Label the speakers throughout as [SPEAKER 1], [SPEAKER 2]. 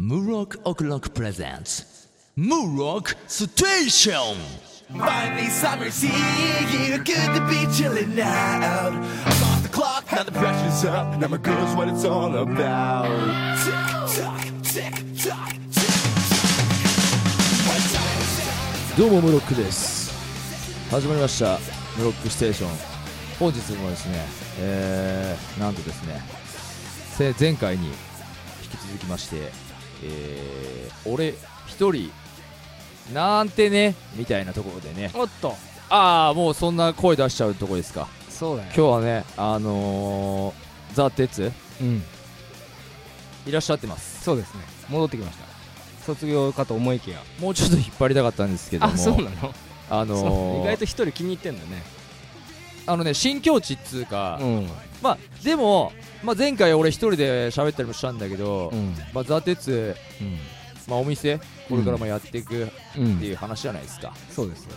[SPEAKER 1] Murok O'Clock presents Murok Station!
[SPEAKER 2] Finally, summer's here. Yeah, good to be chilling out. I'm off the clock, now the pressure's up. Now my girl's what it's all about. Tick tock, tick tock, tick tock.
[SPEAKER 3] どうもムロックです始まりましたムロックステーション本日もですねえー、なんとですねせ前回に引き続きましてえー、俺一人なんてねみたいなところでね
[SPEAKER 4] おっと
[SPEAKER 3] ああもうそんな声出しちゃうとこですか
[SPEAKER 4] そうだよ
[SPEAKER 3] 今日はねあのー、ザ・テツ
[SPEAKER 4] うん
[SPEAKER 3] いらっしゃってます
[SPEAKER 4] そうですね戻ってきました卒業かと思いきや
[SPEAKER 3] もうちょっと引っ張りたかったんですけども
[SPEAKER 4] なの、
[SPEAKER 3] あのー、
[SPEAKER 4] 意外と一人気に入ってんだね
[SPEAKER 3] あのね新境地っつうか、
[SPEAKER 4] ん
[SPEAKER 3] まあでも、まあ、前回俺一人で喋ったりもしたんだけど、
[SPEAKER 4] うん
[SPEAKER 3] まあ、ザ・テツ、まあ、お店これからもやっていくっ
[SPEAKER 4] うん
[SPEAKER 3] ていう話じゃないですか,、
[SPEAKER 4] そうですよ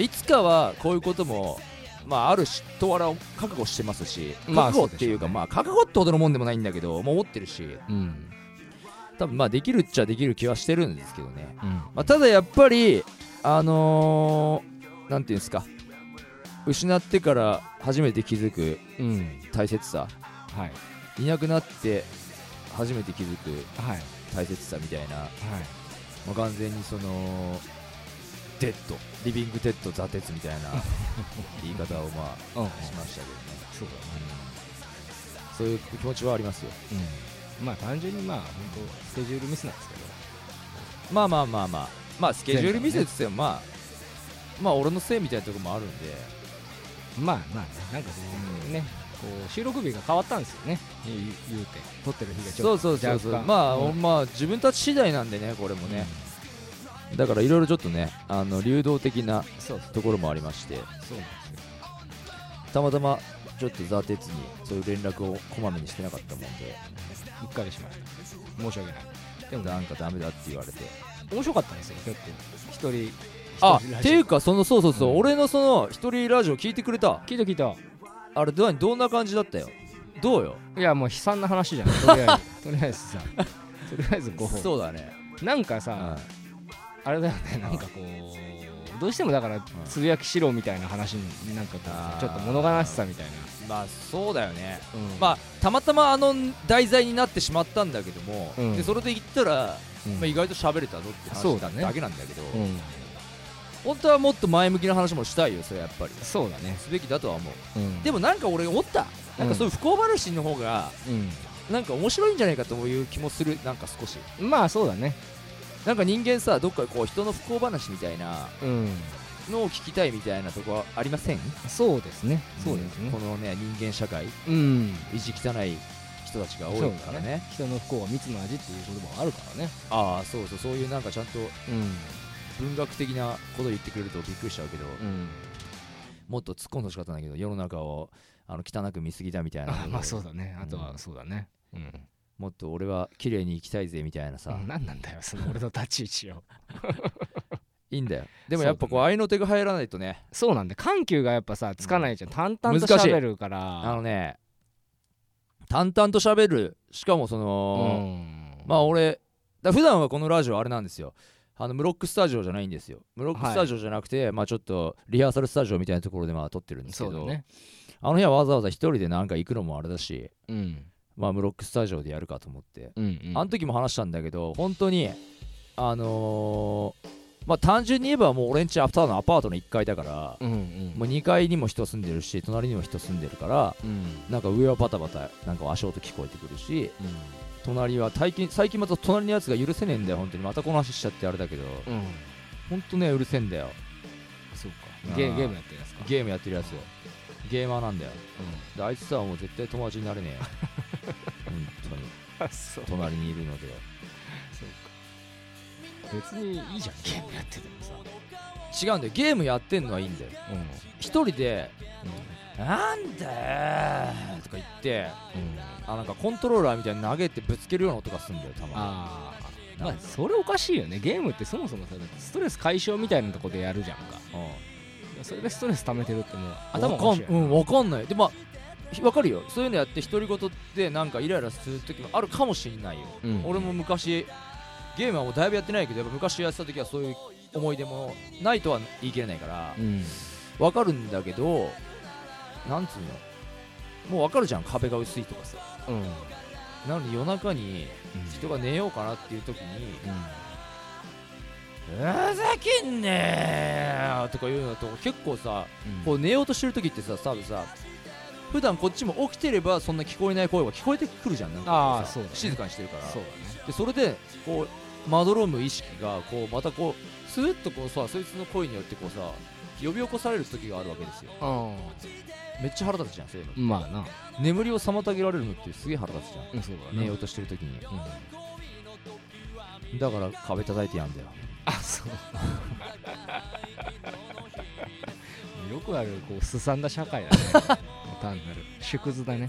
[SPEAKER 3] いつかはこういうことも、まあ、あるしとわらを覚悟してますし
[SPEAKER 4] まあ
[SPEAKER 3] 覚悟っていうか、
[SPEAKER 4] そうでしょうね
[SPEAKER 3] まあ覚悟ってほどのもんでもないんだけどもう思ってるし
[SPEAKER 4] うん
[SPEAKER 3] 多分まあできるっちゃできる気はしてるんですけどね、
[SPEAKER 4] うん
[SPEAKER 3] まあ、ただやっぱりあのー、なんていうんですか失ってから初めて気づく
[SPEAKER 4] うん
[SPEAKER 3] 大切さ
[SPEAKER 4] はい
[SPEAKER 3] いなくなって初めて気づく
[SPEAKER 4] はいはい
[SPEAKER 3] 大切さみたいな、まあ、完全にそのデッドリビングデッド座鉄みたい な言い方をま
[SPEAKER 4] うん
[SPEAKER 3] あしましたけどね、
[SPEAKER 4] そうだ
[SPEAKER 3] うんそういう気持ちはありますよ
[SPEAKER 4] ねうんまあ単純にまあ本当スケジュールミスなんですけど
[SPEAKER 3] まあまあまあまあまあスケジュール見せててもまあまあ俺のせいみたいなところもあるんで
[SPEAKER 4] まあまあねなんかこうねこう収録日が変わったんですよね言う言うて撮ってる日がち
[SPEAKER 3] そ
[SPEAKER 4] ょ
[SPEAKER 3] う
[SPEAKER 4] っと
[SPEAKER 3] そうそうそう
[SPEAKER 4] 若干
[SPEAKER 3] まあ、
[SPEAKER 4] うん
[SPEAKER 3] まあ自分たち次第なんでねこれもね、だからいろいろちょっとねあの流動的な
[SPEAKER 4] そうそう
[SPEAKER 3] ところもありまして
[SPEAKER 4] そうなんですよ
[SPEAKER 3] たまたまちょっとザ・鉄にそういう連絡をこまめにしてなかったもんで
[SPEAKER 4] うっかりしました申し訳ない
[SPEAKER 3] でもなんかダメだって言われて
[SPEAKER 4] 面白かったんですよ結構一人
[SPEAKER 3] あ
[SPEAKER 4] 一人ラジオ
[SPEAKER 3] っていうかそのそうそうそう、
[SPEAKER 4] うん
[SPEAKER 3] 俺のその一人ラジオ聞いてくれた
[SPEAKER 4] 聞いた聞いた
[SPEAKER 3] あれどうどんな感じだったよどうよ
[SPEAKER 4] いやもう悲惨な話じゃんとりあ えずとりあえずさとりあえずこ
[SPEAKER 3] そうだね、
[SPEAKER 4] うなんか
[SPEAKER 3] うん
[SPEAKER 4] さ、あれだよねなんかこうどうしてもだからつぶやきしろみたいな話になんかこ
[SPEAKER 3] あー
[SPEAKER 4] うちょっと物悲しさみたい
[SPEAKER 3] まあそうだよね
[SPEAKER 4] な、うん
[SPEAKER 3] まあたまたまあの題材になってしまったんだけども、
[SPEAKER 4] うん
[SPEAKER 3] でそれで言ったら、
[SPEAKER 4] うん
[SPEAKER 3] まあ、意外と喋れたぞって
[SPEAKER 4] そ
[SPEAKER 3] 話
[SPEAKER 4] う
[SPEAKER 3] だ
[SPEAKER 4] だね
[SPEAKER 3] だけなんだけど、
[SPEAKER 4] うん
[SPEAKER 3] 本当はもっと前向きな話もしたいよそれはやっぱり
[SPEAKER 4] そうだね、
[SPEAKER 3] すべきだとは思う
[SPEAKER 4] うん、
[SPEAKER 3] で
[SPEAKER 4] も、
[SPEAKER 3] もなんか俺思ったなんかそういう不幸話の方が、なんか面白いんじゃないかという気もするなんか少し
[SPEAKER 4] うん、まあそうだね
[SPEAKER 3] なんか人間さどっかこう人の不幸話みたいな
[SPEAKER 4] うん
[SPEAKER 3] のを聞きたいみたいなとこはありません
[SPEAKER 4] そうですねそうですね
[SPEAKER 3] このね人間社会
[SPEAKER 4] うん、
[SPEAKER 3] 意地汚い人たちが多い
[SPEAKER 4] そう
[SPEAKER 3] から
[SPEAKER 4] だ
[SPEAKER 3] ね
[SPEAKER 4] ね人の不幸は蜜の味っていう言葉もあるからね
[SPEAKER 3] ああそうそうそういうなんかちゃんと
[SPEAKER 4] うん
[SPEAKER 3] 文学的なことを言ってくれるとびっくりしちゃうけど、
[SPEAKER 4] うん
[SPEAKER 3] もっと突っ込んでほしかったんだけど世の中をあの汚く見すぎたみたいな
[SPEAKER 4] あまあそうだねあと
[SPEAKER 3] う
[SPEAKER 4] は
[SPEAKER 3] ん
[SPEAKER 4] そうだねうん
[SPEAKER 3] もっと俺は綺麗に生きたいぜみたいなさ、
[SPEAKER 4] うん何なんだよそ の俺の立ち位置を
[SPEAKER 3] いいんだよでもやっぱこう
[SPEAKER 4] そうだ
[SPEAKER 3] 愛の手が入らないとね
[SPEAKER 4] そうなんで緩急がやっぱさつかないじゃん淡々と
[SPEAKER 3] 難しい
[SPEAKER 4] 喋るか
[SPEAKER 3] あ
[SPEAKER 4] ら
[SPEAKER 3] のね淡々と喋るしかもその、
[SPEAKER 4] うん
[SPEAKER 3] まあ俺だ普段はこのラジオあれなんですよあのムロックスタジオじゃないんですよムロックスタジオじゃなくて、まあちょっとリハーサルスタジオみたいなところでまあ撮ってるんですけ
[SPEAKER 4] そうだ
[SPEAKER 3] ど、
[SPEAKER 4] ね
[SPEAKER 3] あの日はわざわざ一人でなんか行くのもあれだし
[SPEAKER 4] うん
[SPEAKER 3] まあムロックスタジオでやるかと思って、
[SPEAKER 4] うんうん
[SPEAKER 3] あの時も話したんだけど本当にあのーまあ単純に言えばもう俺んちアフターのアパートの1階だから、
[SPEAKER 4] うんうん
[SPEAKER 3] もう2階にも人住んでるし隣にも人住んでるから
[SPEAKER 4] うん
[SPEAKER 3] なんか上はバタバタなんか足音聞こえてくるし、
[SPEAKER 4] うん
[SPEAKER 3] 隣は最近最近また隣のやつが許せねえんだよ本当にまたこの話しちゃってあれだけど
[SPEAKER 4] うん
[SPEAKER 3] 本当ねうるせえんだよ
[SPEAKER 4] そうか
[SPEAKER 3] あー
[SPEAKER 4] ゲーゲームやってるやつか
[SPEAKER 3] ゲームやってるやつゲーマーなんだよであいつさもう絶対友達になれ ねえよ本当に
[SPEAKER 4] うんそう
[SPEAKER 3] 隣にいるので
[SPEAKER 4] そうか別にいいじゃんゲームやっててもさ
[SPEAKER 3] 違うんだよゲームやってんのはいいんだよ
[SPEAKER 4] うんうん
[SPEAKER 3] 一人で「なんだよ」とか言って
[SPEAKER 4] うん
[SPEAKER 3] あなんかコントローラーみたいに投げてぶつけるような音がすんだよたま
[SPEAKER 4] あー
[SPEAKER 3] な
[SPEAKER 4] まあそれおかしいよねゲームってそもそもさだってストレス解消みたいなとこでやるじゃんか
[SPEAKER 3] にうん
[SPEAKER 4] それでストレス溜めてるってもう頭
[SPEAKER 3] 頭
[SPEAKER 4] お
[SPEAKER 3] か
[SPEAKER 4] か
[SPEAKER 3] ん
[SPEAKER 4] しいよ
[SPEAKER 3] う
[SPEAKER 4] ね
[SPEAKER 3] んわかんないでまあひわかるよそういうのやって独り言でなんかイライラする時もあるかもしんないよ、
[SPEAKER 4] うん
[SPEAKER 3] 俺も昔ゲームはもうだいぶやってないけどやっぱ昔やってた時はそういう思い出もないとは言い切れないから
[SPEAKER 4] うん
[SPEAKER 3] わかるんだけどなんつうのもうわかるじゃん壁が薄いとかさ
[SPEAKER 4] うん
[SPEAKER 3] なのに夜中に人が寝ようかなっていう時に「ふざけんねーよ!」とか言うのと結構さこう寝ようとしてる時ってさ多分さ普段こっちも起きてればそんな聞こえない声が聞こえてくるじゃんなんか
[SPEAKER 4] ああ
[SPEAKER 3] さ
[SPEAKER 4] そうだね
[SPEAKER 3] 静かにしてるから
[SPEAKER 4] そうだね
[SPEAKER 3] でそれでこうまどろむ意識がこうまたこうスーッとこうさそいつの声によってこうさ呼び起こされる時があるわけですよめっちゃ腹立つじゃんそういうの
[SPEAKER 4] うんまあな
[SPEAKER 3] 眠りを妨げられるのってすげえ腹立つじゃん
[SPEAKER 4] うんそうだ
[SPEAKER 3] 寝
[SPEAKER 4] ね
[SPEAKER 3] ようとしてる時に
[SPEAKER 4] うん
[SPEAKER 3] だから壁叩いてやんだよ
[SPEAKER 4] あそう よくあるこうすさんだ社会だね単なる縮図だね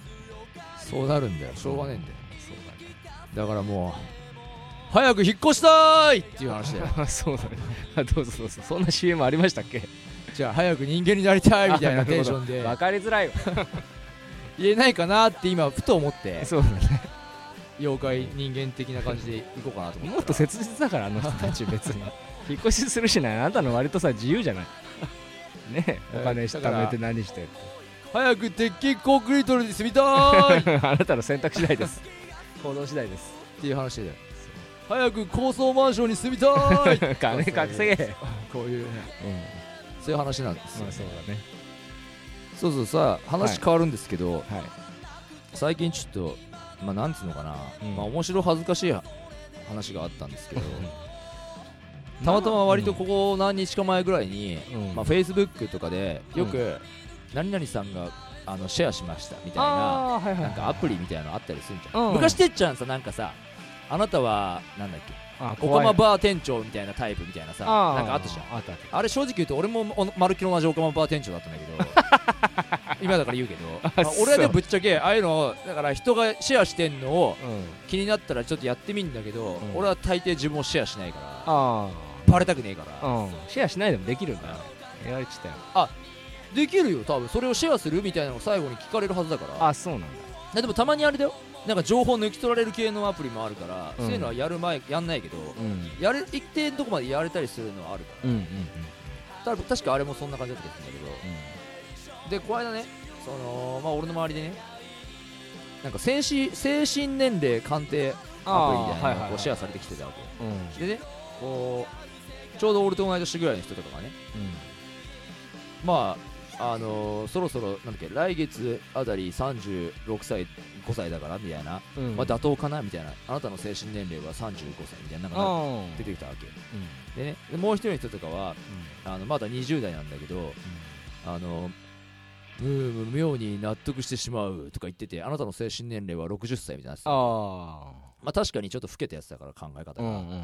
[SPEAKER 3] そうなるんだよしょうがねえんだよ
[SPEAKER 4] そうだね
[SPEAKER 3] だからもう早く引っ越したーいっていう 話だよ
[SPEAKER 4] あそうだね あどうぞどうぞそんな CM ありましたっけ
[SPEAKER 3] じゃあ早く人間になりたいみたい
[SPEAKER 4] あ
[SPEAKER 3] な
[SPEAKER 4] る
[SPEAKER 3] テ
[SPEAKER 4] ほ
[SPEAKER 3] ンシ
[SPEAKER 4] ど
[SPEAKER 3] ョンで
[SPEAKER 4] わかりづらい わ
[SPEAKER 3] 言えないかなって今ふと思って
[SPEAKER 4] そうだね
[SPEAKER 3] 妖怪人間的な感じでいこうかなと思って
[SPEAKER 4] もっと切実だからあの人たち別 に引っ越しするしないあなたの割とさ自由じゃないねえお金
[SPEAKER 3] えーだか
[SPEAKER 4] 貯
[SPEAKER 3] ら
[SPEAKER 4] めて何して
[SPEAKER 3] 早く鉄筋コンクリートに住みたーいっ
[SPEAKER 4] あなたの選択次第です 行動次第です
[SPEAKER 3] ていう話だよ早く高層マンションに住みた ーい
[SPEAKER 4] 金稼げ、
[SPEAKER 3] こういうね
[SPEAKER 4] うん
[SPEAKER 3] そういう話なんですよ
[SPEAKER 4] まあそうだね
[SPEAKER 3] そうそうさ話変わるんですけど、
[SPEAKER 4] はい
[SPEAKER 3] 最近ちょっとまあなんつうのかな、
[SPEAKER 4] うん
[SPEAKER 3] まあ面白恥ずかしい話があったんですけど たまたま割とここ何日か前ぐらいに、
[SPEAKER 4] うん
[SPEAKER 3] まあ、Facebook とかでよく、
[SPEAKER 4] う
[SPEAKER 3] 何々さんがあのシェアしましたみたいな
[SPEAKER 4] ああーはいはい
[SPEAKER 3] なんか
[SPEAKER 4] は
[SPEAKER 3] ア
[SPEAKER 4] い
[SPEAKER 3] プリみたいなのあったりするんじゃん、
[SPEAKER 4] うん
[SPEAKER 3] 昔てっちゃんさなんかさあなたはなんだっけ
[SPEAKER 4] あ
[SPEAKER 3] オカ
[SPEAKER 4] 怖い
[SPEAKER 3] マバー店長みたいなタイプみたいなさ
[SPEAKER 4] あー
[SPEAKER 3] なんかあったじゃん
[SPEAKER 4] あったあった
[SPEAKER 3] あれ正直言うと俺もおまるっきり同じオカマバー店長だったんだけど 今だから言うけど、まあ
[SPEAKER 4] そう
[SPEAKER 3] 俺はでもぶっちゃけああいうのだから人がシェアしてんのを
[SPEAKER 4] うん
[SPEAKER 3] 気になったらちょっとやってみんだけど、
[SPEAKER 4] うん
[SPEAKER 3] 俺は大抵自分をシェアしないから
[SPEAKER 4] あ
[SPEAKER 3] バレたくねえから、
[SPEAKER 4] あうんシェアしないでもできるんだねやられてたよ
[SPEAKER 3] できるよ多分それをシェアするみたいなのを最後に聞かれるはずだから
[SPEAKER 4] あそうなんだ
[SPEAKER 3] ででもたまにあれだよなんか情報抜き取られる系のアプリもあるから、
[SPEAKER 4] うん
[SPEAKER 3] そういうのはやる前やんないけど、
[SPEAKER 4] うん
[SPEAKER 3] やれ一定のとこまでやれたりするのはあるか
[SPEAKER 4] うんうんうん
[SPEAKER 3] らた確かあれもそんな感じだった気がするんだけどでこの間ねその、まあ、俺の周りでねなんか精神精神年齢鑑定アプリみたいなのがこうシェアされてきてたわけよ
[SPEAKER 4] うん
[SPEAKER 3] でねこうちょうど俺と同い年ぐらいの人とかがねまああのーそろそろなんだっけ来月あたり36歳5歳だからみたいな、
[SPEAKER 4] うんうん
[SPEAKER 3] まあ、妥当かなみたいなあなたの精神年齢は35歳みたいななんか
[SPEAKER 4] うん
[SPEAKER 3] 出てきたわけでねでもう一人の人とかはあのまだ20代なんだけどあのうーん妙に納得してしまうとか言っててあなたの精神年齢は60歳みたいなやつ
[SPEAKER 4] あ
[SPEAKER 3] まあ、確かにちょっと老けたやつだから考え方が、
[SPEAKER 4] あうんうんうん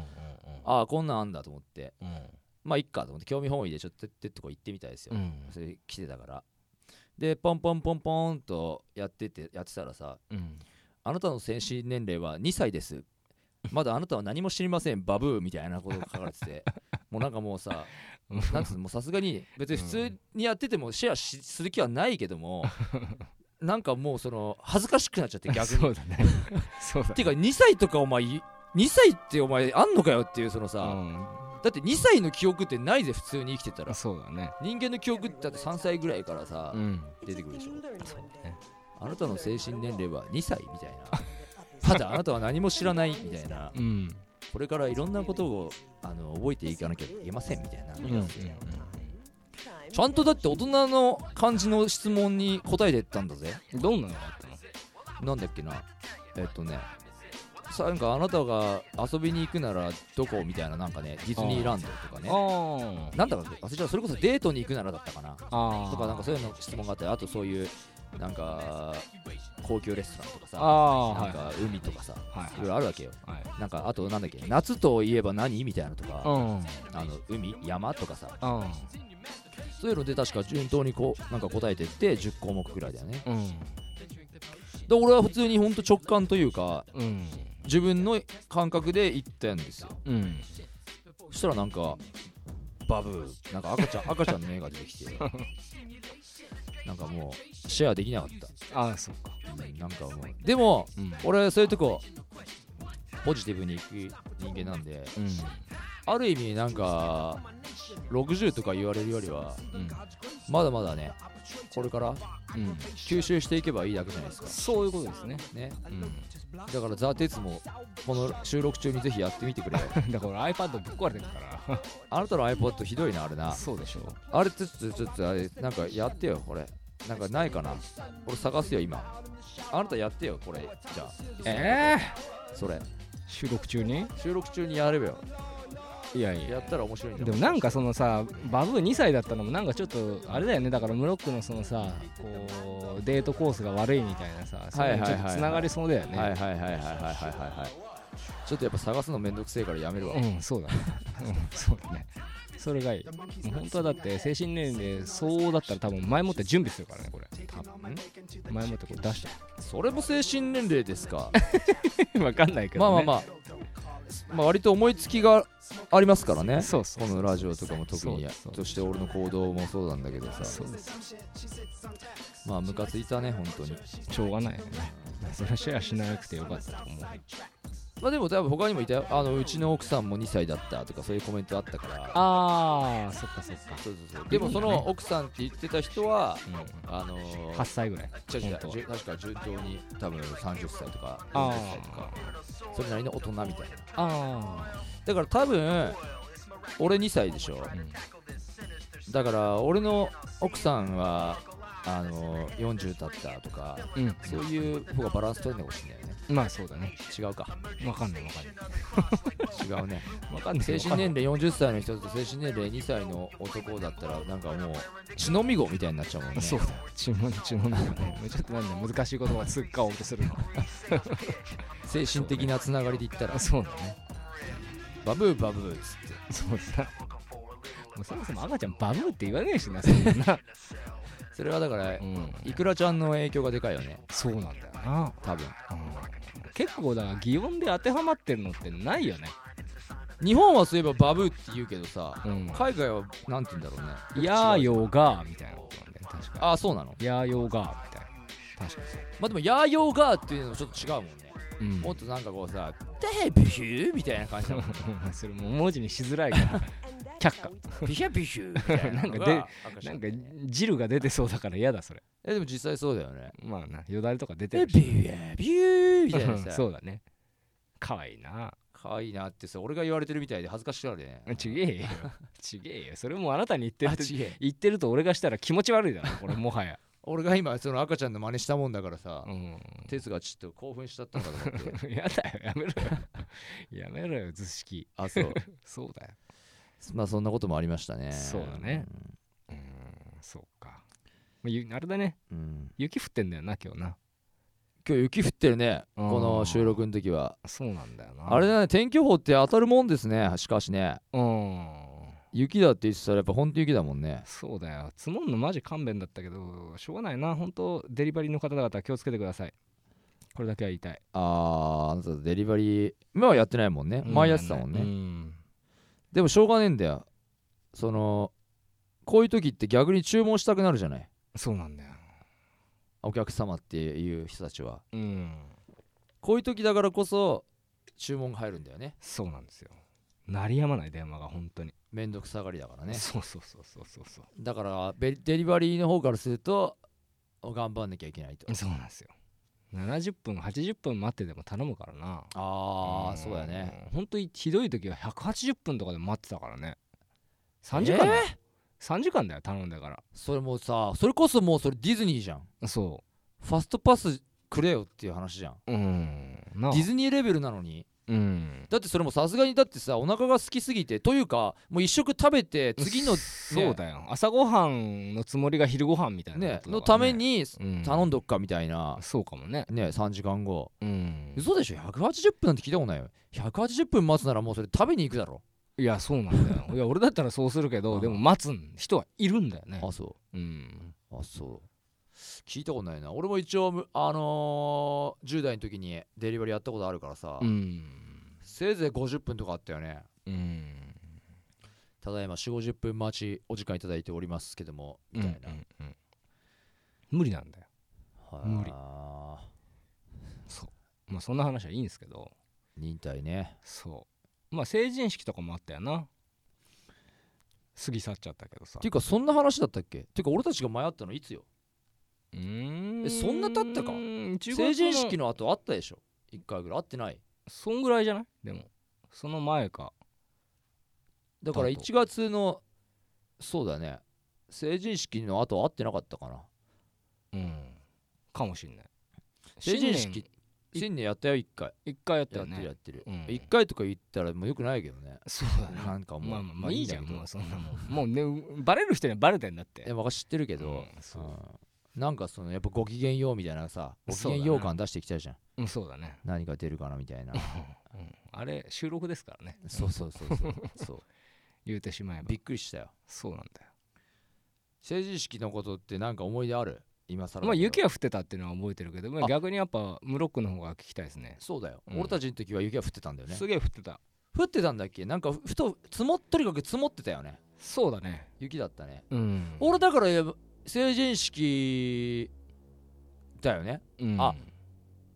[SPEAKER 3] ああこんなんあんだと思って
[SPEAKER 4] うん
[SPEAKER 3] まあいっかと思って興味本位でちょっとてっとこ行ってみたいですよ、
[SPEAKER 4] うん
[SPEAKER 3] それ来てたからでポンポンポンポンとやっててやってたらさ
[SPEAKER 4] うん
[SPEAKER 3] 「あなたの精神年齢は2歳です」まだあなたは何も知りませんバブーみたいなことが書かれて てもうなんかもうさ
[SPEAKER 4] うん
[SPEAKER 3] なんつうのもうさすがに別に普通にやっててもシェアしする気はないけど もなんかもうその恥ずかしくなっちゃって逆に
[SPEAKER 4] そうだねそうだ
[SPEAKER 3] っていうか2歳とかお前い2歳ってお前あんのかよっていうそのさ、
[SPEAKER 4] う
[SPEAKER 3] だって2歳の記憶ってないぜ普通に生きてたら
[SPEAKER 4] んそうだね
[SPEAKER 3] 人間の記憶ってだって3歳ぐらいからさ、
[SPEAKER 4] うん
[SPEAKER 3] 出てくるでしょ
[SPEAKER 4] そうだね
[SPEAKER 3] あなたの精神年齢は2歳みたいなただあなたは何も知らないみたいな
[SPEAKER 4] うん
[SPEAKER 3] これからいろんなことをあの覚えていかなきゃいけませんみたいな、
[SPEAKER 4] うん
[SPEAKER 3] ちゃんとだって大人の感じの質問に答えてったんだぜ
[SPEAKER 4] どんなのがあったの
[SPEAKER 3] なんだっけなえっとねさなんかあなたが遊びに行くならどこみたいななんかねディズニーランドとかね
[SPEAKER 4] あ
[SPEAKER 3] なんだか忘れちゃうそれこそデートに行くならだったかな
[SPEAKER 4] あ
[SPEAKER 3] とかなんかそういうの質問があったりあとそういうなんか高級レストランとかさ
[SPEAKER 4] あー
[SPEAKER 3] なんか海とかさ、
[SPEAKER 4] はい
[SPEAKER 3] い、ろいろあるわけよ
[SPEAKER 4] はい
[SPEAKER 3] なんかあとなんだっけ夏といえば何みたいなのとか、
[SPEAKER 4] うん
[SPEAKER 3] あの海山とかさ
[SPEAKER 4] うん
[SPEAKER 3] そういうので確か順当にこうなんか答えてって10項目ぐらいだよね
[SPEAKER 4] うん
[SPEAKER 3] で俺は普通にほんと直感というか
[SPEAKER 4] うん
[SPEAKER 3] 自分の感覚で行ったんですよ
[SPEAKER 4] うん
[SPEAKER 3] そしたらなんかバブーなんか赤ちゃん赤ちゃんの目が出てきてなんかもうシェアできなかった
[SPEAKER 4] ああそうか
[SPEAKER 3] うんなんかもうでも
[SPEAKER 4] うん
[SPEAKER 3] 俺そういうとこポジティブに行く人間なんである意味なんか60とか言われるよりは
[SPEAKER 4] うん
[SPEAKER 3] まだまだねこれから
[SPEAKER 4] うん
[SPEAKER 3] 吸収していけばいいだけじゃないですか
[SPEAKER 4] そういうことですね、
[SPEAKER 3] ね
[SPEAKER 4] うん、
[SPEAKER 3] だから「ザ・鉄もこの収録中にぜひやってみて くれよ
[SPEAKER 4] だから俺 iPad ぶっ壊れてるか
[SPEAKER 3] あなたの iPod ひどいなあれ
[SPEAKER 4] ら
[SPEAKER 3] な
[SPEAKER 4] そうでしょう
[SPEAKER 3] あれちょっとちょっとあれなんかやってよこれなんかないかな俺探すよ今あなたやってよこれじゃあ
[SPEAKER 4] ええ
[SPEAKER 3] それ
[SPEAKER 4] 収録中に
[SPEAKER 3] 収録中にやればよ
[SPEAKER 4] いやい
[SPEAKER 3] やったら面白いんじゃ
[SPEAKER 4] でもなんかそのさバブー2歳だったのもなんかちょっとあれだよねだからムロックのそのさこうデートコースが悪いみたいなさそういうのちょっとつながりそうだよ
[SPEAKER 3] はい
[SPEAKER 4] ね
[SPEAKER 3] はいはいはいはいはいはいはいちょっとやっぱ探すのめんどくせえからやめるわ、
[SPEAKER 4] うんそうだねうんそうだねそれがいいもう本当はだって精神年齢そうだったら多分前もって準備するからねこれ多分前もってこれ出して
[SPEAKER 3] それも精神年齢ですか
[SPEAKER 4] 分かんないけ
[SPEAKER 3] まあ
[SPEAKER 4] ど、ね、
[SPEAKER 3] まあまあ、まあ、割と思いつきがありますからね
[SPEAKER 4] そうそう
[SPEAKER 3] このラジオとかも特にや
[SPEAKER 4] そうそ
[SPEAKER 3] そ
[SPEAKER 4] う
[SPEAKER 3] して俺の行動もそうなんだけどさ
[SPEAKER 4] そうです
[SPEAKER 3] まあムカついたね本当に
[SPEAKER 4] しょうがないよねそれはシェアしなくてよかったと思う
[SPEAKER 3] まあでも多分他にもいたよあのうちの奥さんも2歳だったとかそういうコメントあったから
[SPEAKER 4] ああそっかそっか、
[SPEAKER 3] そうそうそうでもその奥さんって言ってた人は
[SPEAKER 4] う
[SPEAKER 3] あの
[SPEAKER 4] ん、
[SPEAKER 3] ー
[SPEAKER 4] 8歳ぐらい
[SPEAKER 3] 違う違う
[SPEAKER 4] 本当は
[SPEAKER 3] じゅ確か順当に多分30歳とか
[SPEAKER 4] あ
[SPEAKER 3] 40歳とかそれなりの大人みたいな
[SPEAKER 4] ああ
[SPEAKER 3] だから多分俺2歳でしょ
[SPEAKER 4] あ、うん
[SPEAKER 3] だから俺の奥さんはあの40だったとか
[SPEAKER 4] うん、
[SPEAKER 3] そういう方がバランス取れないかもしれないよね
[SPEAKER 4] まあそうだね。
[SPEAKER 3] 違うか
[SPEAKER 4] わかんないわかんない。
[SPEAKER 3] 違うね
[SPEAKER 4] わかんない。
[SPEAKER 3] 精神年齢40歳の人と精神年齢2歳の男だったらなんかもう血のみ子みたいになっちゃうもんね
[SPEAKER 4] そうだ。血の血の中ね。ちょっとなんだ難しい言葉すっかおうとするの。
[SPEAKER 3] 精神的なつながりで言ったら
[SPEAKER 4] あそうだね。
[SPEAKER 3] バブーバブーっつって
[SPEAKER 4] そうだな。 もうそもそも赤ちゃんバブーって言わねえしな、そんなな。
[SPEAKER 3] それはだから
[SPEAKER 4] うん。
[SPEAKER 3] いくらちゃんの影響がでかいよね
[SPEAKER 4] そうなんだよな。
[SPEAKER 3] 多分
[SPEAKER 4] うん結構だから擬音で当てはまってるのってないよね。
[SPEAKER 3] 日本はそういえばバブーって言うけどさ
[SPEAKER 4] うん。
[SPEAKER 3] 海外はなんて言うんだろうね
[SPEAKER 4] やーよーがーみたいなことなんだよ。確か
[SPEAKER 3] あそうなの
[SPEAKER 4] に。やーよーがーみたいな。確かにそう。
[SPEAKER 3] まあでもヤーヨーガーっていうのもちょっと違うもんね
[SPEAKER 4] うん
[SPEAKER 3] もっとなんかこうさテビヒューみたいな感じだもん
[SPEAKER 4] それもう文字にしづらいから。却下。
[SPEAKER 3] ビヒャビヒューみたいなのが
[SPEAKER 4] なん
[SPEAKER 3] 赤ちゃ
[SPEAKER 4] なんんか汁が出てそうだから嫌だそれ
[SPEAKER 3] えでも実際そうだよね
[SPEAKER 4] まあなよだれとか出
[SPEAKER 3] で
[SPEAKER 4] てる
[SPEAKER 3] ビュービューみたいなさ
[SPEAKER 4] そうだねかわいいな
[SPEAKER 3] 可愛いなってさ俺が言われてるみたいで恥ずかしくなるね
[SPEAKER 4] ち げえよちげえよそれもうあなたに言ってる
[SPEAKER 3] あ
[SPEAKER 4] って
[SPEAKER 3] ちげえ
[SPEAKER 4] 言ってると俺がしたら気持ち悪い だろこれもはや
[SPEAKER 3] 俺が今その赤ちゃんの真似したもんだからさ
[SPEAKER 4] うん
[SPEAKER 3] 哲がちょっと興奮しちゃったのかと思って
[SPEAKER 4] やだよ やめろよやめろよ図式
[SPEAKER 3] あそう
[SPEAKER 4] そうだよ
[SPEAKER 3] まあそんなこともありましたね
[SPEAKER 4] そうだねうーんそうかまあゆあれだね
[SPEAKER 3] うん、うん
[SPEAKER 4] 雪降ってんだよな今日な
[SPEAKER 3] 今日雪降ってるね
[SPEAKER 4] あー
[SPEAKER 3] この収録の時は
[SPEAKER 4] そうなんだよな
[SPEAKER 3] あれだね天気予報って当たるもんですねしかしね
[SPEAKER 4] うん
[SPEAKER 3] 雪だって言ってたらやっぱ本当雪だもんね
[SPEAKER 4] そうだよ積もんのマジ勘弁だったけどしょうがないな本当デリバリーの方々気をつけてくださいこれだけは言いたい
[SPEAKER 3] あーあなたデリバリー今はやってないもんね前やってたもんね、
[SPEAKER 4] うん
[SPEAKER 3] でもしょうがねえんだよそのこういう時って逆に注文したくなるじゃない
[SPEAKER 4] そうなんだよ
[SPEAKER 3] お客様っていう人たちは
[SPEAKER 4] うん
[SPEAKER 3] こういう時だからこそ注文が入るんだよね
[SPEAKER 4] そうなんですよ鳴りやまない電話が本当に
[SPEAKER 3] めんどくさがりだからね
[SPEAKER 4] そうそうそうそうそうそう
[SPEAKER 3] だからベデリバリーの方からすると頑張んなきゃいけないと
[SPEAKER 4] そうなんですよ70分80分待ってでも頼むからな
[SPEAKER 3] ああ
[SPEAKER 4] ん
[SPEAKER 3] そうだね
[SPEAKER 4] 本当にひどい時は180分とかで待ってたからね3時間だよ、3時間だよ頼んだか
[SPEAKER 3] それもうさそれこそもうそれディズニーじゃん
[SPEAKER 4] らそ
[SPEAKER 3] ファストパスくれよっていう話じゃん
[SPEAKER 4] ううんなあ
[SPEAKER 3] ディズニーレベルなのに
[SPEAKER 4] うん
[SPEAKER 3] だってそれもさすがにだってさお腹が空きすぎてというかもう一食食べて次の
[SPEAKER 4] そうだよ朝ごはんのつもりが昼ごはんみたいな
[SPEAKER 3] ね
[SPEAKER 4] ことだからね
[SPEAKER 3] のために
[SPEAKER 4] うん
[SPEAKER 3] 頼んどくかみたいな
[SPEAKER 4] そうかもね
[SPEAKER 3] ね3時間後
[SPEAKER 4] うん
[SPEAKER 3] 嘘でしょ180分なんて聞いたことないよ180分待つならもうそれ食べに行くだろ
[SPEAKER 4] いやそうなんだよいや俺だったらそうするけ
[SPEAKER 3] う
[SPEAKER 4] ど
[SPEAKER 3] ん
[SPEAKER 4] でも待つ人はいるんだよね
[SPEAKER 3] あそ
[SPEAKER 4] うん
[SPEAKER 3] うあそう聞いたことないな俺も一応むあのー10代の時にデリバリーやったことあるからさ
[SPEAKER 4] うん
[SPEAKER 3] せいぜい50分とかあったよね
[SPEAKER 4] うん
[SPEAKER 3] ただいま4 5 0分待ちお時間いただいておりますけどもみたいな
[SPEAKER 4] うんうんうん無理なんだよ
[SPEAKER 3] はあ
[SPEAKER 4] 無理まあそんな話はいいんですけど
[SPEAKER 3] 忍耐ね
[SPEAKER 4] そまあ成人式とかもあったよな過ぎ去っちゃったけどさ
[SPEAKER 3] ていうかそんな話だったっけていうか俺たちが迷ったのいつよ
[SPEAKER 4] うーん
[SPEAKER 3] えそんな経ったか成
[SPEAKER 4] 成
[SPEAKER 3] 人式
[SPEAKER 4] の
[SPEAKER 3] の後あったでしょ1回ぐらいあってない
[SPEAKER 4] そんぐらいじゃないでもその前か
[SPEAKER 3] だから
[SPEAKER 4] だと
[SPEAKER 3] 1月のそうだね成人式の後会ってなかったかな
[SPEAKER 4] うんかもしんない
[SPEAKER 3] 成人式新年やったよ1回
[SPEAKER 4] 一回やった
[SPEAKER 3] や
[SPEAKER 4] よ
[SPEAKER 3] ってるやっ
[SPEAKER 4] ね
[SPEAKER 3] てる
[SPEAKER 4] うん
[SPEAKER 3] 1回とか言ったらもうよくないけどね
[SPEAKER 4] そうだな
[SPEAKER 3] なんかもう
[SPEAKER 4] まあまあまあいいじゃん
[SPEAKER 3] だけど
[SPEAKER 4] もうそんなもんもうねうバレる人にはバレてんだって
[SPEAKER 3] えわか知ってるけど
[SPEAKER 4] うんそう
[SPEAKER 3] うんなんかそのやっぱご機嫌ようみたいなさご機
[SPEAKER 4] そうだ
[SPEAKER 3] 嫌
[SPEAKER 4] な
[SPEAKER 3] よう感出してきたじゃん
[SPEAKER 4] うんそうだね
[SPEAKER 3] 何が出るかなみたい な
[SPEAKER 4] うんあれ収録ですからね
[SPEAKER 3] そうそうそうそうそう
[SPEAKER 4] 言うてしまえば
[SPEAKER 3] びっくりしたよ
[SPEAKER 4] そうなんだよ
[SPEAKER 3] 成人式のことってなんか思い出ある今更だけど
[SPEAKER 4] まあ雪は降ってたっていうのは覚えてるけどまあ
[SPEAKER 3] あ
[SPEAKER 4] 逆にやっぱムロックの方が聞きたいですね
[SPEAKER 3] そうだよ、
[SPEAKER 4] うん
[SPEAKER 3] 俺たちの時は雪が降ってたんだよね
[SPEAKER 4] すげえ降ってた
[SPEAKER 3] 降ってたんだっけなんかふふと積もとにかく積もってたよね
[SPEAKER 4] そうだね
[SPEAKER 3] 雪だったね
[SPEAKER 4] うん
[SPEAKER 3] 俺だからやっぱ成人式だよね
[SPEAKER 4] うん
[SPEAKER 3] あ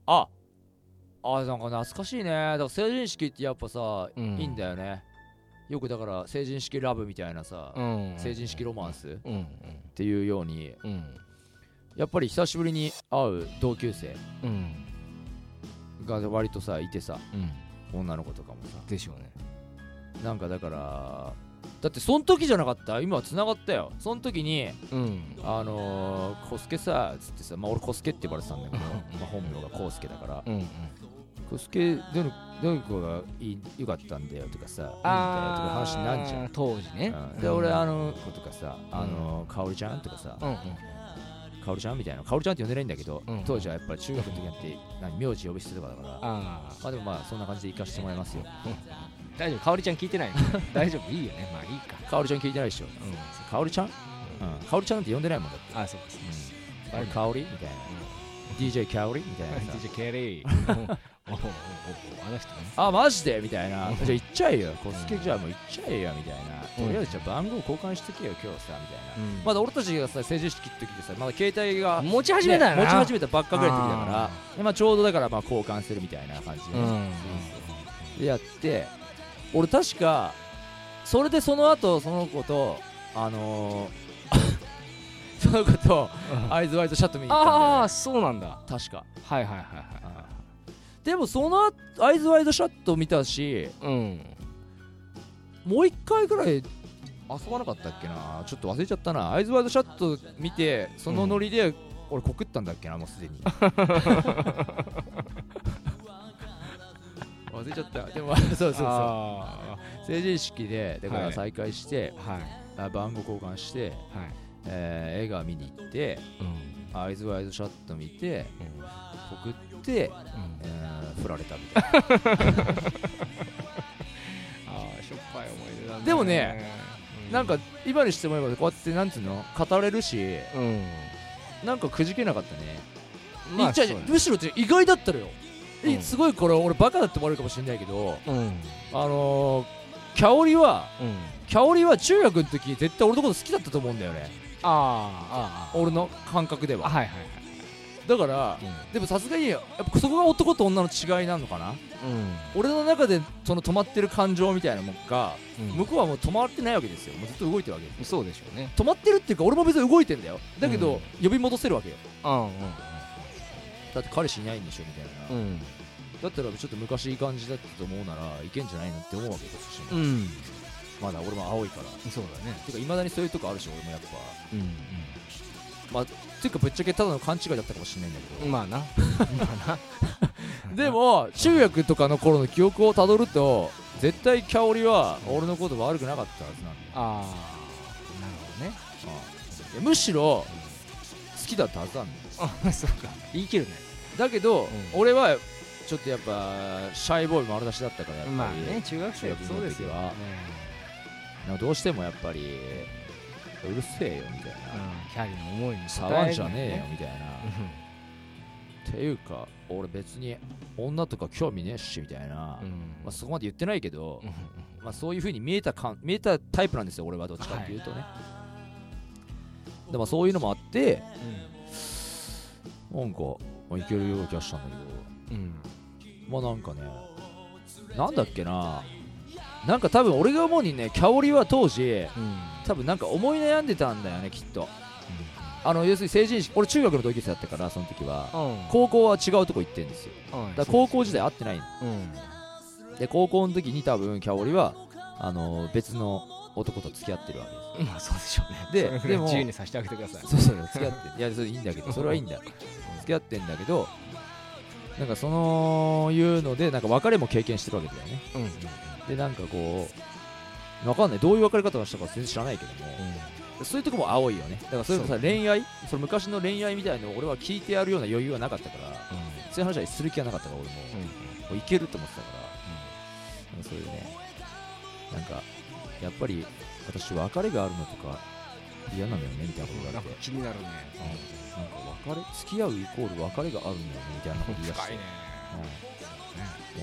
[SPEAKER 3] ああなんか懐かしいねだから成人式ってやっぱさ、
[SPEAKER 4] うん
[SPEAKER 3] いいんだよねよくだから成人式ラブみたいなさ、
[SPEAKER 4] うん
[SPEAKER 3] 成人式ロマンスっ
[SPEAKER 4] うん
[SPEAKER 3] ていうように
[SPEAKER 4] うんうん
[SPEAKER 3] やっぱり久しぶりに会う同級生
[SPEAKER 4] うん
[SPEAKER 3] が割とさいてさ
[SPEAKER 4] うん
[SPEAKER 3] 女の子とかもさ
[SPEAKER 4] でしょうね
[SPEAKER 3] なんかだからだってその時じゃなかった今は繋がったよその時に
[SPEAKER 4] うん
[SPEAKER 3] あのー、コスケさつってさまあ俺コスケって呼ばれてたんだけ ど、
[SPEAKER 4] うん
[SPEAKER 3] まあ、本名がコウスケだから
[SPEAKER 4] うんうん
[SPEAKER 3] コスケどのどの子がいいよかったんだよとかさいいんだよとか話になんじゃん
[SPEAKER 4] あー当時ね
[SPEAKER 3] うんで俺あの子とかさあのー、かおりちゃんとかさ
[SPEAKER 4] うんうん
[SPEAKER 3] かおりちゃんみたいなかおりちゃんって呼んでないんだけど、
[SPEAKER 4] うん
[SPEAKER 3] 当時はやっぱり中学の時なんて何名字呼び捨てとかだからま
[SPEAKER 4] ああ
[SPEAKER 3] あでもまあそんな感じで行かしてもらいますよ
[SPEAKER 4] 大丈夫かおりちゃん聞いてないよ 大丈夫いいよねまあいいか
[SPEAKER 3] かおりちゃん聞いてないでしょ
[SPEAKER 4] う
[SPEAKER 3] かおりちゃん、うん、かおりちゃんなんて呼んでないもんだって
[SPEAKER 4] んあそうです
[SPEAKER 3] あれ香りみたいな DJ 香りみたいなさ
[SPEAKER 4] DJ ケリーおうおうおうおうあの人ね
[SPEAKER 3] あマジでみたいなじゃあ行っちゃえよコスケじゃあもう行っちゃえよみたいな、
[SPEAKER 4] うん
[SPEAKER 3] とりあえずじゃあ番号交換してけよ今日さみたいな、
[SPEAKER 4] うん
[SPEAKER 3] まだ俺たちがさ成人式の時でさまだ携帯が、ね
[SPEAKER 4] 持ち始めたよな
[SPEAKER 3] 持ち始めたばっかぐらいの時だから
[SPEAKER 4] あ
[SPEAKER 3] でまあ、ちょうどだからまあ交換するみたいな感じで,、
[SPEAKER 4] うん
[SPEAKER 3] でやって俺確かそれでその後その子とあのー その子とアイズワイドシャット見に行ったんだよ
[SPEAKER 4] あ
[SPEAKER 3] ね、
[SPEAKER 4] あそうなんだ
[SPEAKER 3] 確か
[SPEAKER 4] はいはいはいは
[SPEAKER 3] でもその後アイズワイドシャット見たし
[SPEAKER 4] いうん
[SPEAKER 3] もう一回ぐらい遊ばなかったっけなちょっと忘れちゃったなアイズワイドシャット見てそのノリで俺告ったんだっけなもうすで に忘れちゃったでもそうそうそう
[SPEAKER 4] あ
[SPEAKER 3] 成人式でだから
[SPEAKER 4] はい
[SPEAKER 3] 再会して
[SPEAKER 4] ー、はい
[SPEAKER 3] あ番号交換して、
[SPEAKER 4] はい
[SPEAKER 3] えー映画見に行って
[SPEAKER 4] うん
[SPEAKER 3] アイズワイドシャット見て
[SPEAKER 4] うん
[SPEAKER 3] 告って、
[SPEAKER 4] うん
[SPEAKER 3] えー振られたみたいな
[SPEAKER 4] ああしょっぱい思い出だね
[SPEAKER 3] でもね
[SPEAKER 4] うん
[SPEAKER 3] なんか今にしてもらえばこうやってなんつうの語れるし
[SPEAKER 4] うん
[SPEAKER 3] なんかくじけなかったね
[SPEAKER 4] まあ
[SPEAKER 3] いや違う
[SPEAKER 4] そうね
[SPEAKER 3] むしろ違う意外だったのよ、え
[SPEAKER 4] うん
[SPEAKER 3] すごいこれ俺バカだって思われるかもしれないけど
[SPEAKER 4] うん
[SPEAKER 3] あのー、キャオリは
[SPEAKER 4] うん
[SPEAKER 3] キャオリは中学の時絶対俺のこと好きだったと思うんだよね
[SPEAKER 4] あああ
[SPEAKER 3] 俺の感覚で
[SPEAKER 4] ああ
[SPEAKER 3] は
[SPEAKER 4] はいはい
[SPEAKER 3] だから
[SPEAKER 4] はい
[SPEAKER 3] でもさすがにやっぱそこが男と女の違いなのかな
[SPEAKER 4] うん
[SPEAKER 3] 俺の中でその止まってる感情みたいなもんが
[SPEAKER 4] うん
[SPEAKER 3] 向こうはもう止まってないわけですよもうずっと動いてるわけです
[SPEAKER 4] そうでしょうね
[SPEAKER 3] 止まってるっていうか俺も別に動いてんだよだけど、呼び戻せるわけよ
[SPEAKER 4] うん
[SPEAKER 3] だって彼氏いないんでしょみたいな、
[SPEAKER 4] うん
[SPEAKER 3] だったらちょっと昔いい感じだったと思うならいけんじゃないのって思うわけですし、
[SPEAKER 4] うん
[SPEAKER 3] まだ俺も青いから
[SPEAKER 4] そうだね
[SPEAKER 3] てかいまだにそういうとこあるし俺もやっぱ
[SPEAKER 4] うん
[SPEAKER 3] ていうかぶっちゃけただの勘違いだったかもしれないんだけど、
[SPEAKER 4] まあなまあな
[SPEAKER 3] でも中学とかの頃の記憶をたどると絶対香織は俺のこと悪くなかったはずなんだよ
[SPEAKER 4] ああなるほどね
[SPEAKER 3] いやむしろ好きだったはずなんだよ
[SPEAKER 4] あそうか言い切るね
[SPEAKER 3] だけど、
[SPEAKER 4] うん
[SPEAKER 3] 俺はちょっとやっぱシャイボーイ丸出しだったからやっぱり、
[SPEAKER 4] まあね中学
[SPEAKER 3] 生
[SPEAKER 4] 生
[SPEAKER 3] はそうですよ
[SPEAKER 4] うん
[SPEAKER 3] なんかどうしてもやっぱりうるせえよみたいな、
[SPEAKER 4] キャリーの思いに
[SPEAKER 3] 触んじゃねえよ
[SPEAKER 4] よ
[SPEAKER 3] みたいな、っていうか俺別に女とか興味ねえしみたいな、
[SPEAKER 4] うん
[SPEAKER 3] まあ、そこまで言ってないけど、
[SPEAKER 4] うん
[SPEAKER 3] まあ、そういうふうに見えた感見えたタイプなんですよ俺はどっちかっていうとね、でもそういうのもあってなんか、まあ、いけるような気がしたんだけ
[SPEAKER 4] うん
[SPEAKER 3] どまあなんかねなんだっけななんか多分俺が思うにねキャオリは当時
[SPEAKER 4] うん
[SPEAKER 3] 多分なんか思い悩んでたんだよねきっと、あの要するに成人式俺中学の同級生だったからその時は
[SPEAKER 4] うん
[SPEAKER 3] 高校は違うとこ行ってんですよ
[SPEAKER 4] うん
[SPEAKER 3] だから高校時代会ってないの
[SPEAKER 4] うん
[SPEAKER 3] で高校の時に多分キャオリはあの別の男と付き合ってるわけです
[SPEAKER 4] まあそうでしょう
[SPEAKER 3] で
[SPEAKER 4] ねで
[SPEAKER 3] でも
[SPEAKER 4] も自由にさせてあげてください
[SPEAKER 3] そうそうそう付き合っていやそれいいんだけ どそれはいいんだよ付き合ってんだけどなんかそのいうのでなんか別れも経験してるわけだよね
[SPEAKER 4] うんうん
[SPEAKER 3] でなんかこうわかんないどういう別れ方をしたか全然知らないけども、そういうとこも青いよねだからそれもさ恋愛その昔の恋愛みたいのを俺は聞いてやるような余裕はなかったからそういう話はする気はなかったから俺も,、もういけると思ってたから、なんかそういうねなんかやっぱり私別れがあるのとか嫌なんだよねみたいなこと
[SPEAKER 4] うん
[SPEAKER 3] が
[SPEAKER 4] な
[SPEAKER 3] あっ
[SPEAKER 4] ん
[SPEAKER 3] て
[SPEAKER 4] か気になるね
[SPEAKER 3] なんか別れ付き合うイコール別れがあるんだよねみたいなこと言い出し
[SPEAKER 4] 深
[SPEAKER 3] て
[SPEAKER 4] いね、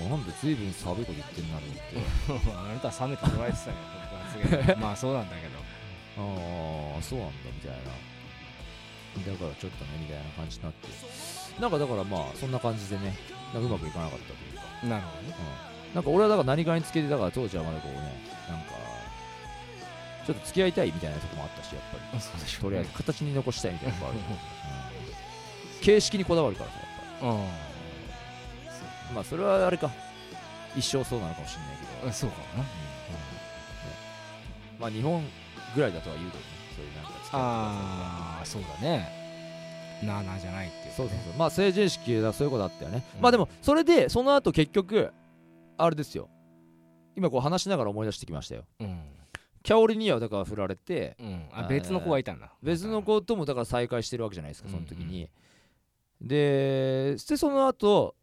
[SPEAKER 3] うん、もうなんで随分寒いこと言ってんなと思って
[SPEAKER 4] あなたは冷めて捉えてたよ 僕はすげえまあそうなんだけど
[SPEAKER 3] ああそうなんだみたいなだからちょっとねみたいな感じになってなんかだからまあそんな感じでねなんかうまくいかなかったというか、
[SPEAKER 4] なるほどね
[SPEAKER 3] うん、なんか俺はだから何かにつけてだから当時はまだこうねなんかちょっと付き合いたいみたいなとこもあったしやっぱり
[SPEAKER 4] そうでし
[SPEAKER 3] とりあえず形に残したいみたいなとこある、
[SPEAKER 4] う
[SPEAKER 3] うん形式にこだわるからさやっぱりまあそれはあれか一生そうなのかもしれないけど、
[SPEAKER 4] んそうかもな
[SPEAKER 3] まあ日本ぐらいだとは言うけどねそういうなんか付き合い
[SPEAKER 4] ああそうだねなあなあじゃないっていう
[SPEAKER 3] そうそう
[SPEAKER 4] ね
[SPEAKER 3] そうまあ成人式だそういうことあったよね、
[SPEAKER 4] うん
[SPEAKER 3] まあでもそれでその後結局あれですよ今こう話しながら思い出してきましたよ
[SPEAKER 4] うん
[SPEAKER 3] キャオリにはだから振られて
[SPEAKER 4] うん
[SPEAKER 3] あ
[SPEAKER 4] あ
[SPEAKER 3] ー
[SPEAKER 4] 別の子がいたんだ
[SPEAKER 3] 別の子ともだから再会してるわけじゃないですかその時
[SPEAKER 4] うん
[SPEAKER 3] に、ででその後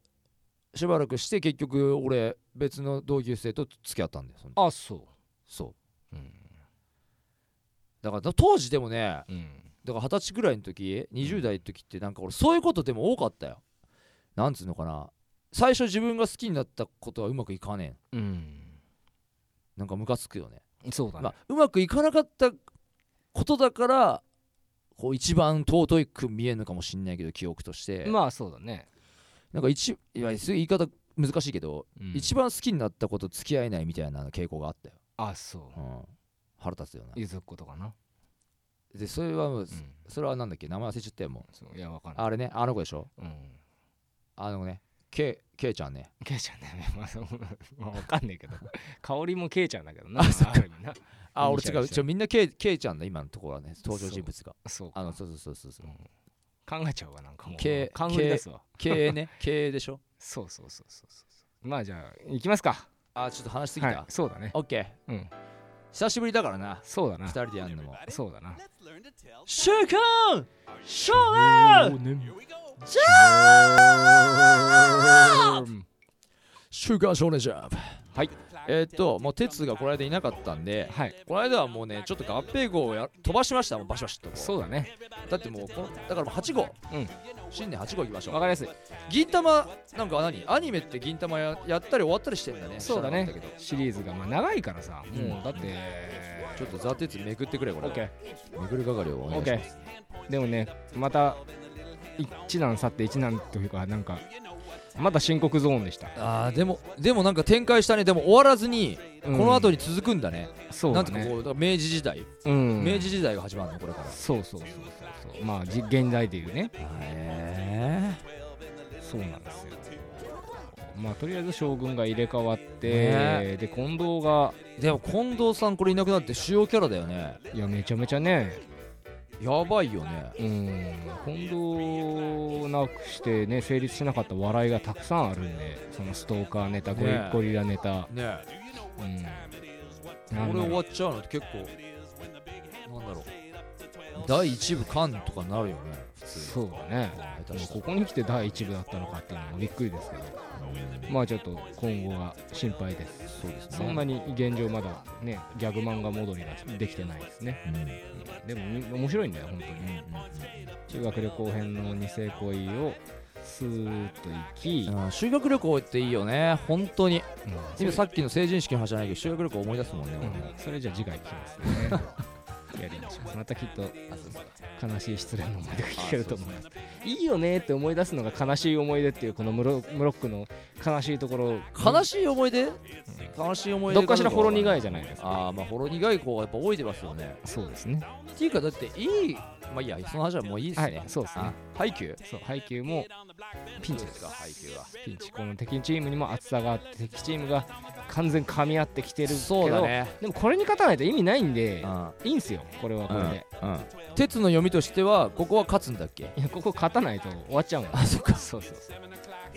[SPEAKER 3] しばらくして結局俺別の同級生と付き合ったんだよその
[SPEAKER 4] あそ
[SPEAKER 3] そう
[SPEAKER 4] ううん
[SPEAKER 3] だから当時でもね
[SPEAKER 4] うん
[SPEAKER 3] だから二十歳ぐらいの時20代の時ってなんか俺そういうことでも多かったよなんつうのかな最初自分が好きになったことはうまくいかね
[SPEAKER 4] うん
[SPEAKER 3] えなんかムカつくよね、
[SPEAKER 4] そうだ
[SPEAKER 3] ま
[SPEAKER 4] ね
[SPEAKER 3] あ、うまくいかなかったことだからこう一番尊く見えるのかもしんないけど記憶として、
[SPEAKER 4] まあそうだね
[SPEAKER 3] なんか一いやすごい言い方難しいけど、
[SPEAKER 4] うん
[SPEAKER 3] 一番好きになったこと付き合えないみたいな傾向があったよ、
[SPEAKER 4] あそ
[SPEAKER 3] うん、腹立つよ
[SPEAKER 4] う
[SPEAKER 3] ね
[SPEAKER 4] ゆずっことかな
[SPEAKER 3] でそれはもう、
[SPEAKER 4] うん
[SPEAKER 3] それはなんだっけ名前忘れちゃったよもう
[SPEAKER 4] そういやわかんない
[SPEAKER 3] あれねあの子でしょ
[SPEAKER 4] うん
[SPEAKER 3] あのねけけいちゃんね
[SPEAKER 4] ケイちゃんだよねまあそうまあわか んないけど香りもケイちゃんだけどなある意味な
[SPEAKER 3] あ、
[SPEAKER 4] イニ
[SPEAKER 3] 俺
[SPEAKER 4] シャ
[SPEAKER 3] 違
[SPEAKER 4] ル
[SPEAKER 3] う。
[SPEAKER 4] して
[SPEAKER 3] ちょみんな K, K ちゃんだ、今のところはね、登場人物が。
[SPEAKER 4] そうか
[SPEAKER 3] あの、そうそうそうそう そう
[SPEAKER 4] う。ん考えちゃうわなんかもう
[SPEAKER 3] け
[SPEAKER 4] 考え出すわ
[SPEAKER 3] K ね、K でしょ。
[SPEAKER 4] そうそうそうそうそうまあじゃあ行きますか
[SPEAKER 3] あ、ちょっと話しすぎ
[SPEAKER 4] はい
[SPEAKER 3] た。
[SPEAKER 4] そうだね
[SPEAKER 3] OK。
[SPEAKER 4] うん
[SPEAKER 3] 久しぶりだからな、
[SPEAKER 4] そうだ
[SPEAKER 3] 二
[SPEAKER 4] な
[SPEAKER 3] 人でやる のも。
[SPEAKER 4] そうだな
[SPEAKER 3] シューくんショー ンシューくん少年ジャー
[SPEAKER 4] はい
[SPEAKER 3] えーっと、もう哲がこの間いなかったんで、
[SPEAKER 4] はい
[SPEAKER 3] この間はもうね、ちょっと合併号をや飛ばしました、もうバシバシっとこう。
[SPEAKER 4] そうだね
[SPEAKER 3] だってもうこの、だからもう8号、
[SPEAKER 4] うん
[SPEAKER 3] 新年8号いきましょう
[SPEAKER 4] わ。かりやすい
[SPEAKER 3] 銀玉なんか何アニメって銀玉ややったり終わったりしてんだね
[SPEAKER 4] そうだ
[SPEAKER 3] 知らなか
[SPEAKER 4] ね
[SPEAKER 3] ったけど
[SPEAKER 4] シリーズがまあ長いからさ
[SPEAKER 3] ん
[SPEAKER 4] もうだって
[SPEAKER 3] ちょっとザ・テツめくってくれこれ
[SPEAKER 4] OK
[SPEAKER 3] めくる係をお願いします
[SPEAKER 4] OK でもねまた一難去って一難というかなんかまた深刻ゾーンでした
[SPEAKER 3] あーでもでもなんか展開したねでも終わらずにこ
[SPEAKER 4] うん
[SPEAKER 3] の後に続くんだね、
[SPEAKER 4] そう
[SPEAKER 3] な
[SPEAKER 4] だ
[SPEAKER 3] んていうかこ
[SPEAKER 4] ね
[SPEAKER 3] うだから明治時代、
[SPEAKER 4] うん
[SPEAKER 3] 明治時代が始まるのこれから
[SPEAKER 4] そうそうそうそうそうまあじ現代でいうね
[SPEAKER 3] へ
[SPEAKER 4] そうなんですよまあとりあえず将軍が入れ替わって、
[SPEAKER 3] ね
[SPEAKER 4] で近藤が
[SPEAKER 3] えでも近藤さんこれいなくなって主要キャラだよね
[SPEAKER 4] いやめちゃめちゃね
[SPEAKER 3] やばいよね
[SPEAKER 4] うん近藤なくしてね成立しなかった笑いがたくさんあるんでそのストーカーネタゴリ,、
[SPEAKER 3] ね
[SPEAKER 4] ゴリラネタ
[SPEAKER 3] ね
[SPEAKER 4] うん
[SPEAKER 3] え
[SPEAKER 4] なん
[SPEAKER 3] これ
[SPEAKER 4] だろ
[SPEAKER 3] 終
[SPEAKER 4] う
[SPEAKER 3] わっちゃうのって結構なんだろう第一部完とかなるよね普通
[SPEAKER 4] そうだね
[SPEAKER 3] 下手した
[SPEAKER 4] ここに来て第1部だったのかっていうのもびっくりですけどまあちょっと今後が心配です
[SPEAKER 3] そうですね
[SPEAKER 4] そんなに現状まだねギャグ漫画戻りができてないですね、
[SPEAKER 3] うんうんうん
[SPEAKER 4] でもみ面白いんだよ本当に修学旅行編の二世恋をスーッと行き、
[SPEAKER 3] うん修学旅行っていいよね本当に
[SPEAKER 4] うん
[SPEAKER 3] 今さっきの成人式の話じゃないけど修学旅行思い出すもんね、
[SPEAKER 4] うんそれじゃあ次回聞きますね やりましょうまたきっと悲しい失恋の思い出が聞けると思いますいいよねって思い出すのが悲しい思い出っていうこのムロムロックの悲しいところ
[SPEAKER 3] 悲しい思い出悲しい思い出
[SPEAKER 4] どっかしらほろ苦いじゃないいですか
[SPEAKER 3] ああまあほろ苦い子はやっぱ多いでますよね
[SPEAKER 4] そうですね
[SPEAKER 3] っていうかだっていいまあいいやその話はもういいです
[SPEAKER 4] は
[SPEAKER 3] ね
[SPEAKER 4] いそうですね
[SPEAKER 3] 配給
[SPEAKER 4] そう配球もピンチですか
[SPEAKER 3] 配給は
[SPEAKER 4] ピンチこの敵チームにも厚さがあって敵チームが完全噛み合ってきてるけど
[SPEAKER 3] そうだね
[SPEAKER 4] でもこれに勝たないと意味ないんで
[SPEAKER 3] うん
[SPEAKER 4] いいんすよこれはこれで、
[SPEAKER 3] うん鉄の読みとしてはここは勝つんだっけ
[SPEAKER 4] いやここ勝たないと終わっちゃうもんあそっかそうそうそう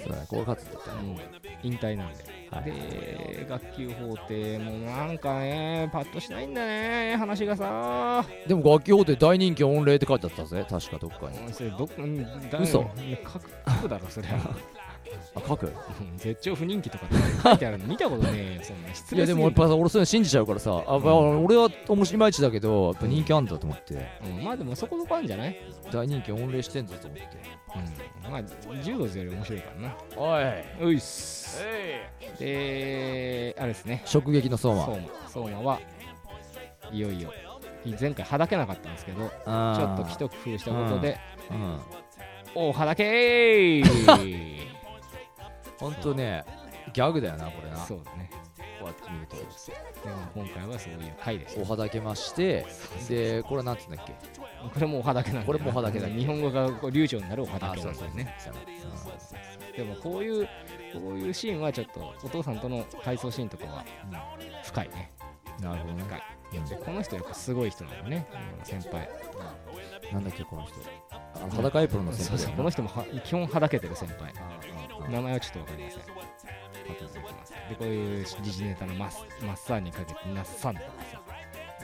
[SPEAKER 3] そうだねここは勝つんだったね
[SPEAKER 4] もう引退なんで、
[SPEAKER 3] はい
[SPEAKER 4] で学級法廷もなんかねパッとしないんだね話がさ
[SPEAKER 3] でも楽器法廷大人気御礼って書いてあったぜ確かどっかに
[SPEAKER 4] うんそれどっかんだ
[SPEAKER 3] 嘘
[SPEAKER 4] いや書く書くだろそれは
[SPEAKER 3] あ書く
[SPEAKER 4] うん絶頂不人気とかって書いてあるの見たことねえよそんな
[SPEAKER 3] い
[SPEAKER 4] 失礼
[SPEAKER 3] やで
[SPEAKER 4] すぎ
[SPEAKER 3] もやっぱさ俺そういうの信じちゃうからさあ、まあ
[SPEAKER 4] うん
[SPEAKER 3] 俺はおもしいまいちだけどやっぱ人気あんだと思って
[SPEAKER 4] うんまあでもそこそこあるんじゃない、
[SPEAKER 3] 大人気御礼してんぞと思って
[SPEAKER 4] うん、まあ柔道より面白いからな
[SPEAKER 3] おいう
[SPEAKER 4] いっすであれですね
[SPEAKER 3] 直撃の相馬
[SPEAKER 4] 相馬相馬はいよいよ前回はだけなかったんですけどちょっと
[SPEAKER 3] き
[SPEAKER 4] 一工夫したことで
[SPEAKER 3] うん
[SPEAKER 4] おはだけー
[SPEAKER 3] ほんとねギャグだよなこれなこ
[SPEAKER 4] そうだね
[SPEAKER 3] うやって見ると
[SPEAKER 4] でも今回はそういう回でし
[SPEAKER 3] おはだけましてでこれはなんて言うんだっけ
[SPEAKER 4] たこれもおはだけなんだよ
[SPEAKER 3] これもおはだけだ
[SPEAKER 4] 日本語がこう流暢になるおはだけなんだよね
[SPEAKER 3] そうそうそう
[SPEAKER 4] でもこういうこういうシーンはちょっとお父さんとの回想シーンとかは、深いね
[SPEAKER 3] なるほどね
[SPEAKER 4] 深いでこの人やっぱすごい人なのね、うん先輩
[SPEAKER 3] なんだっけこの人あの裸エプロンの先
[SPEAKER 4] そう
[SPEAKER 3] 輩だ
[SPEAKER 4] そう
[SPEAKER 3] よ
[SPEAKER 4] こ
[SPEAKER 3] な
[SPEAKER 4] の人もは基本はだけてる先
[SPEAKER 3] う
[SPEAKER 4] 輩
[SPEAKER 3] んうんうん
[SPEAKER 4] 名前はちょっとわかりません後で出てきますでこういう時事ネタのマスマッサーにかけてナッサンとかさ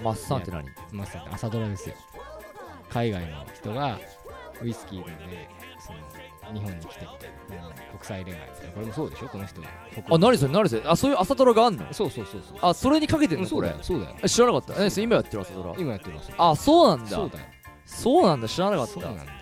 [SPEAKER 3] マッサンって何
[SPEAKER 4] マッサーって朝ドラですよ海外の人がウイスキー飲んでその日本に来てみたいな、国際恋愛みたいなこれもそうでしょこの人は
[SPEAKER 3] あ何それ何それあそういう朝ドラがあんの
[SPEAKER 4] そうそうそうそう
[SPEAKER 3] あそれにかけてる
[SPEAKER 4] うん
[SPEAKER 3] の
[SPEAKER 4] そ
[SPEAKER 3] こ
[SPEAKER 4] うだ
[SPEAKER 3] れ
[SPEAKER 4] よそうだよ
[SPEAKER 3] え知らなかったえそれ今やってる朝ドラ
[SPEAKER 4] 今やってますよ
[SPEAKER 3] あそうなんだ
[SPEAKER 4] そうだよ
[SPEAKER 3] そうなんだ知らなかっ
[SPEAKER 4] そう
[SPEAKER 3] た
[SPEAKER 4] なんだよ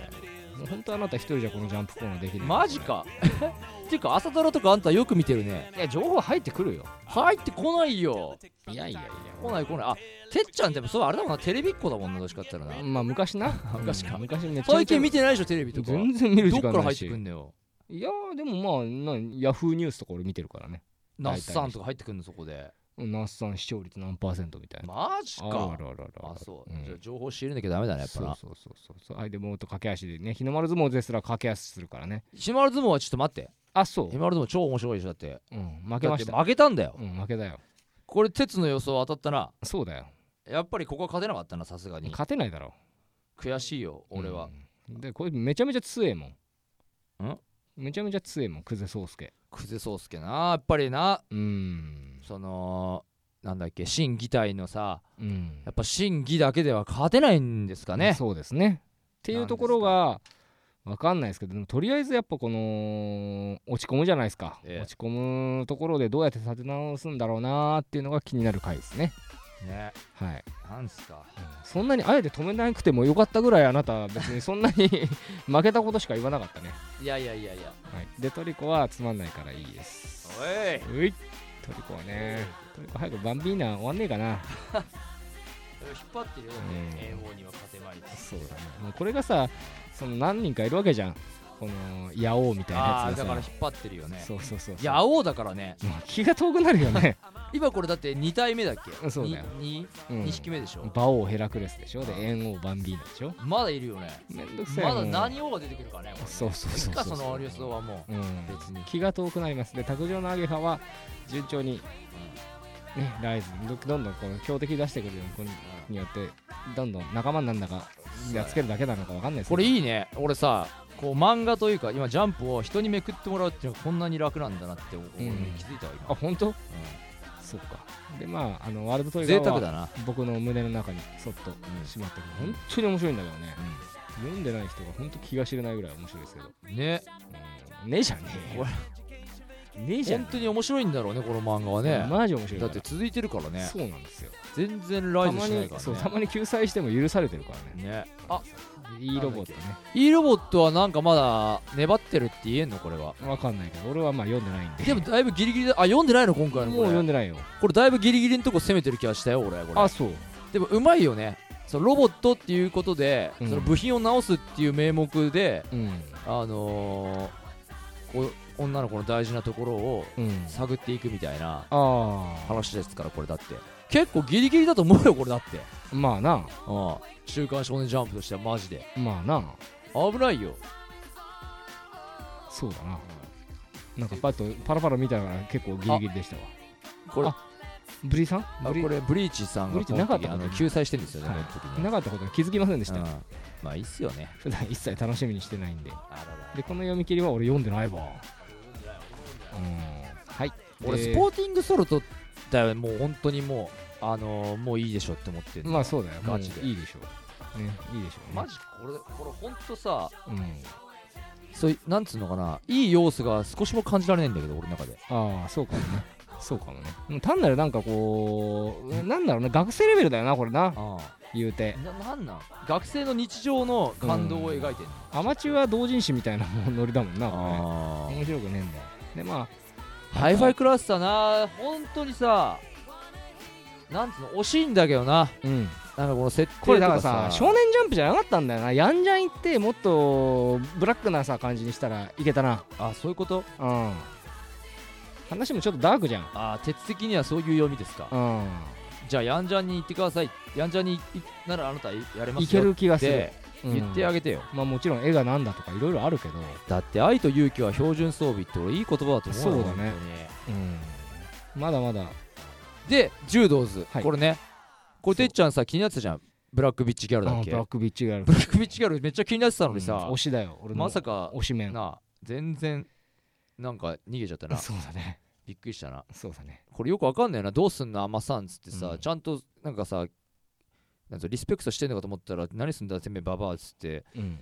[SPEAKER 4] もう本当あなた一人じゃこのジャンプコーナーできない
[SPEAKER 3] マジか っていうか朝ドラとかあんたよく見てるね
[SPEAKER 4] いや情報入ってくるよ
[SPEAKER 3] 入ってこないよ
[SPEAKER 4] いやいやいや
[SPEAKER 3] 来ない来ないあてっちゃんってそれあれだもんなテレビっ子だもんなどっちかって言ったらな
[SPEAKER 4] まあ昔な
[SPEAKER 3] 昔か
[SPEAKER 4] うん昔ね
[SPEAKER 3] 最近
[SPEAKER 4] ちょい
[SPEAKER 3] 見てないでしょテレビ
[SPEAKER 4] ちょ
[SPEAKER 3] と
[SPEAKER 4] い
[SPEAKER 3] か
[SPEAKER 4] 全然見る
[SPEAKER 3] ど
[SPEAKER 4] 時
[SPEAKER 3] っか
[SPEAKER 4] 間
[SPEAKER 3] ら
[SPEAKER 4] な
[SPEAKER 3] 入
[SPEAKER 4] い
[SPEAKER 3] って
[SPEAKER 4] し
[SPEAKER 3] くんのよ
[SPEAKER 4] いやーでもまあなんヤフーニュースとか俺見てるからね
[SPEAKER 3] 那須さんとか入ってくんのそこで
[SPEAKER 4] うん那須さん視聴率何パーセントみたいな
[SPEAKER 3] マジ
[SPEAKER 4] あるあ
[SPEAKER 3] か
[SPEAKER 4] るあるある
[SPEAKER 3] あそう
[SPEAKER 4] うん
[SPEAKER 3] じゃあ情報仕入れなきゃダメだねやっぱ
[SPEAKER 4] そう
[SPEAKER 3] な
[SPEAKER 4] そうそうそうそう相手もと駆け足でね日の丸相撲ですら駆け足するからね
[SPEAKER 3] ひまわり相撲はちょっと待って
[SPEAKER 4] あそ
[SPEAKER 3] ひまわり相撲超面白いでしょだって
[SPEAKER 4] う、うん、負けま
[SPEAKER 3] だ
[SPEAKER 4] し
[SPEAKER 3] って
[SPEAKER 4] た
[SPEAKER 3] 負けたんだよ
[SPEAKER 4] うん負けだよ
[SPEAKER 3] これ鉄の予想当たったな
[SPEAKER 4] そうだよ
[SPEAKER 3] やっぱりここは勝てなかったなさすがに
[SPEAKER 4] 勝てないだろ
[SPEAKER 3] 悔しいよ俺は、
[SPEAKER 4] うんでこれめちゃめちゃ強えもん
[SPEAKER 3] ん
[SPEAKER 4] めちゃめちゃ強えもん久世宗介
[SPEAKER 3] 久世宗介なやっぱりな
[SPEAKER 4] うーん
[SPEAKER 3] そのなんだっけ新議体のさ
[SPEAKER 4] うん
[SPEAKER 3] やっぱ新議だけでは勝てないんですかね
[SPEAKER 4] そうですねっていうところがわかんないですけどでもとりあえずやっぱこの落ち込むじゃないですか、
[SPEAKER 3] ええ
[SPEAKER 4] 落ち込むところでどうやって立て直すんだろうなーっていうのが気になる回ですね
[SPEAKER 3] ね
[SPEAKER 4] はい
[SPEAKER 3] なんすか
[SPEAKER 4] そんなにあえて止めなくてもよかったぐらいあなた別にそんなに 負けたことしか言わなかったね、
[SPEAKER 3] いやいやいやいや
[SPEAKER 4] はい、でトリコはつまんないからいいです
[SPEAKER 3] おいう
[SPEAKER 4] いトリコはねトリコ早くバンビーナ終わんねえかな
[SPEAKER 3] 引っ張ってるよ
[SPEAKER 4] うん
[SPEAKER 3] 王には勝てまい
[SPEAKER 4] そうだねもうこれがさその何人かいるわけじゃんこのヤオウみたいな
[SPEAKER 3] ああ
[SPEAKER 4] や
[SPEAKER 3] ー
[SPEAKER 4] つが
[SPEAKER 3] だか
[SPEAKER 4] さ
[SPEAKER 3] ら引っ張ってるよね
[SPEAKER 4] そうそうそう
[SPEAKER 3] いや青だからね
[SPEAKER 4] もう気が遠くなる よね、
[SPEAKER 3] 今これだって2体目だっけ
[SPEAKER 4] そうだよ
[SPEAKER 3] に
[SPEAKER 4] う
[SPEAKER 3] に
[SPEAKER 4] ん
[SPEAKER 3] 二匹目でしょ
[SPEAKER 4] 馬王ヘラクレスでしょで猿王バンビーナでしょ
[SPEAKER 3] まだいるよね
[SPEAKER 4] めんどくさい
[SPEAKER 3] まだ
[SPEAKER 4] もう
[SPEAKER 3] 何王が出てくるからねこれ
[SPEAKER 4] そうそう
[SPEAKER 3] い
[SPEAKER 4] そ
[SPEAKER 3] いうか
[SPEAKER 4] う
[SPEAKER 3] その予想はも
[SPEAKER 4] うん
[SPEAKER 3] う別に
[SPEAKER 4] 気が遠くなりますで卓上のアゲハは順調に、ね、ライズどどんどんこの強敵出してくるのによってどんどん仲間になんだかやっつけるだけなのかわかんないです
[SPEAKER 3] これ
[SPEAKER 4] い
[SPEAKER 3] いいね俺さこう漫画というか今ジャンプを人にめくってもらうっていうのはこんなに楽なんだなって思う気
[SPEAKER 4] うん
[SPEAKER 3] づいたわ今、
[SPEAKER 4] あ本当
[SPEAKER 3] う
[SPEAKER 4] そうかでまああのワールドト
[SPEAKER 3] ん
[SPEAKER 4] リガ
[SPEAKER 3] 贅
[SPEAKER 4] ー
[SPEAKER 3] 沢
[SPEAKER 4] は
[SPEAKER 3] だな、
[SPEAKER 4] 僕の胸の中にそっとしまってくる本当に面白いんだけどね読んでない人が本当気が知れないぐらい面白いですけど、
[SPEAKER 3] うん、ね
[SPEAKER 4] うん、ねえじゃんねえよ
[SPEAKER 3] こ
[SPEAKER 4] ねえじゃん
[SPEAKER 3] 本当に面白いんだろうねこの漫画はね
[SPEAKER 4] マジ面白い
[SPEAKER 3] だ
[SPEAKER 4] か
[SPEAKER 3] っ
[SPEAKER 4] ら
[SPEAKER 3] て続いてるからね
[SPEAKER 4] そうなんですよ
[SPEAKER 3] 全然ラ
[SPEAKER 4] た
[SPEAKER 3] イズ
[SPEAKER 4] ま
[SPEAKER 3] しない
[SPEAKER 4] に
[SPEAKER 3] から
[SPEAKER 4] そう
[SPEAKER 3] ね
[SPEAKER 4] たまに救済しても許されてるからね
[SPEAKER 3] ねあ
[SPEAKER 4] いいロボットね
[SPEAKER 3] E ロボットはなんかまだ粘ってるって言えんのこれは
[SPEAKER 4] わかんないけど俺はまあ読んでないんで
[SPEAKER 3] でもだいぶギリギリだあ読んでないの今回の
[SPEAKER 4] もう
[SPEAKER 3] こ
[SPEAKER 4] 読
[SPEAKER 3] れ
[SPEAKER 4] んでないよ
[SPEAKER 3] これだいぶギリギリのとこ攻めてる気がしたよ俺これ
[SPEAKER 4] そう
[SPEAKER 3] でもうまいよねそのロボットっていうことで、
[SPEAKER 4] うん
[SPEAKER 3] その部品を直すっていう名目で、
[SPEAKER 4] うん
[SPEAKER 3] あのーお女の子の大事なところを
[SPEAKER 4] うん
[SPEAKER 3] 探っていくみたいな
[SPEAKER 4] あ
[SPEAKER 3] 話ですからこれだって結構ギリギリだと思うよこれだって
[SPEAKER 4] あまあな
[SPEAKER 3] うん「週刊少年ジャンプ」としてはマジで
[SPEAKER 4] まあな
[SPEAKER 3] 危ないよ
[SPEAKER 4] そうだななんかパッとパラパラ見たら結構ギリギリでしたわ
[SPEAKER 3] これ
[SPEAKER 4] あブリさん
[SPEAKER 3] あ
[SPEAKER 4] ブリ
[SPEAKER 3] これブリーチさんが
[SPEAKER 4] ブリーチ
[SPEAKER 3] この
[SPEAKER 4] なかっ
[SPEAKER 3] 時
[SPEAKER 4] た
[SPEAKER 3] あ
[SPEAKER 4] もんね
[SPEAKER 3] の救済してるんですよね、
[SPEAKER 4] はい
[SPEAKER 3] この時ね
[SPEAKER 4] なかったことに気づきませんでし
[SPEAKER 3] う
[SPEAKER 4] た、
[SPEAKER 3] んまあいいっすよね
[SPEAKER 4] 普段一切楽しみにしてないんで
[SPEAKER 3] あらら
[SPEAKER 4] でこの読み切りは俺読んでないわうんはい
[SPEAKER 3] 俺
[SPEAKER 4] で
[SPEAKER 3] スポーティングソルトだよねもう本当にもうあのーもういいでしょって思ってる
[SPEAKER 4] まあそうだよ
[SPEAKER 3] ガチで
[SPEAKER 4] もういいでしょうねいいでしょうね
[SPEAKER 3] マジこれこれ本当さ
[SPEAKER 4] うん
[SPEAKER 3] そういなんつうのかないい要素が少しも感じられないんだけど俺の中で
[SPEAKER 4] ああそうかもねそうかもねもう単なるなんかこうなんだろうな学生レベルだよなこれな
[SPEAKER 3] あ
[SPEAKER 4] 言うて
[SPEAKER 3] ななんなん学生の日常の感動を描いてる
[SPEAKER 4] アマチュア同人誌みたいなもんノリだもんなこ
[SPEAKER 3] あ
[SPEAKER 4] れね面白くねえんだよでま
[SPEAKER 3] ハイファイクラスだな本当にさなんつうの惜しいんだけどな
[SPEAKER 4] あうん
[SPEAKER 3] なんかこの設定とかさ
[SPEAKER 4] これだからさ「少年ジャンプ」じゃなかったんだよなやんじゃん行ってもっとブラックなさ感じにしたらいけたな
[SPEAKER 3] あそういうこと
[SPEAKER 4] うん話もちょっとダークじゃん
[SPEAKER 3] あー鉄的にはそういう読みですか
[SPEAKER 4] うん
[SPEAKER 3] じゃあヤンジャンに行ってくださいヤンジャンに行くならあなたやれますよ
[SPEAKER 4] いける気が
[SPEAKER 3] っ
[SPEAKER 4] する
[SPEAKER 3] て言ってあ
[SPEAKER 4] げ
[SPEAKER 3] げてよ、
[SPEAKER 4] まあもちろん絵がなんだとかいろいろあるけど
[SPEAKER 3] だって愛と勇気は標準装備って俺いい言葉だと思うよ
[SPEAKER 4] そうだね
[SPEAKER 3] 本当に
[SPEAKER 4] うんまだまだ
[SPEAKER 3] で柔道図、
[SPEAKER 4] はい
[SPEAKER 3] これねこれてっちゃんさ気になってたじゃんブラックビッチギャルだっ
[SPEAKER 4] あ
[SPEAKER 3] け
[SPEAKER 4] ブラッ
[SPEAKER 3] ブ
[SPEAKER 4] クビッチがある
[SPEAKER 3] ラックビッチギャルめっちゃ気になってたのにさ
[SPEAKER 4] うん、推しだよ俺の
[SPEAKER 3] まさか
[SPEAKER 4] 推しメン
[SPEAKER 3] なあ全然なんか逃げちゃったな
[SPEAKER 4] そうだね
[SPEAKER 3] びっくりしたな
[SPEAKER 4] そうだね
[SPEAKER 3] これよくわかんないなどうすんのあまさんっつってさ、
[SPEAKER 4] うん
[SPEAKER 3] ちゃんとなんかさなんぞリスペクトしてんのかと思ったら何すんだてめえババアっつって
[SPEAKER 4] うん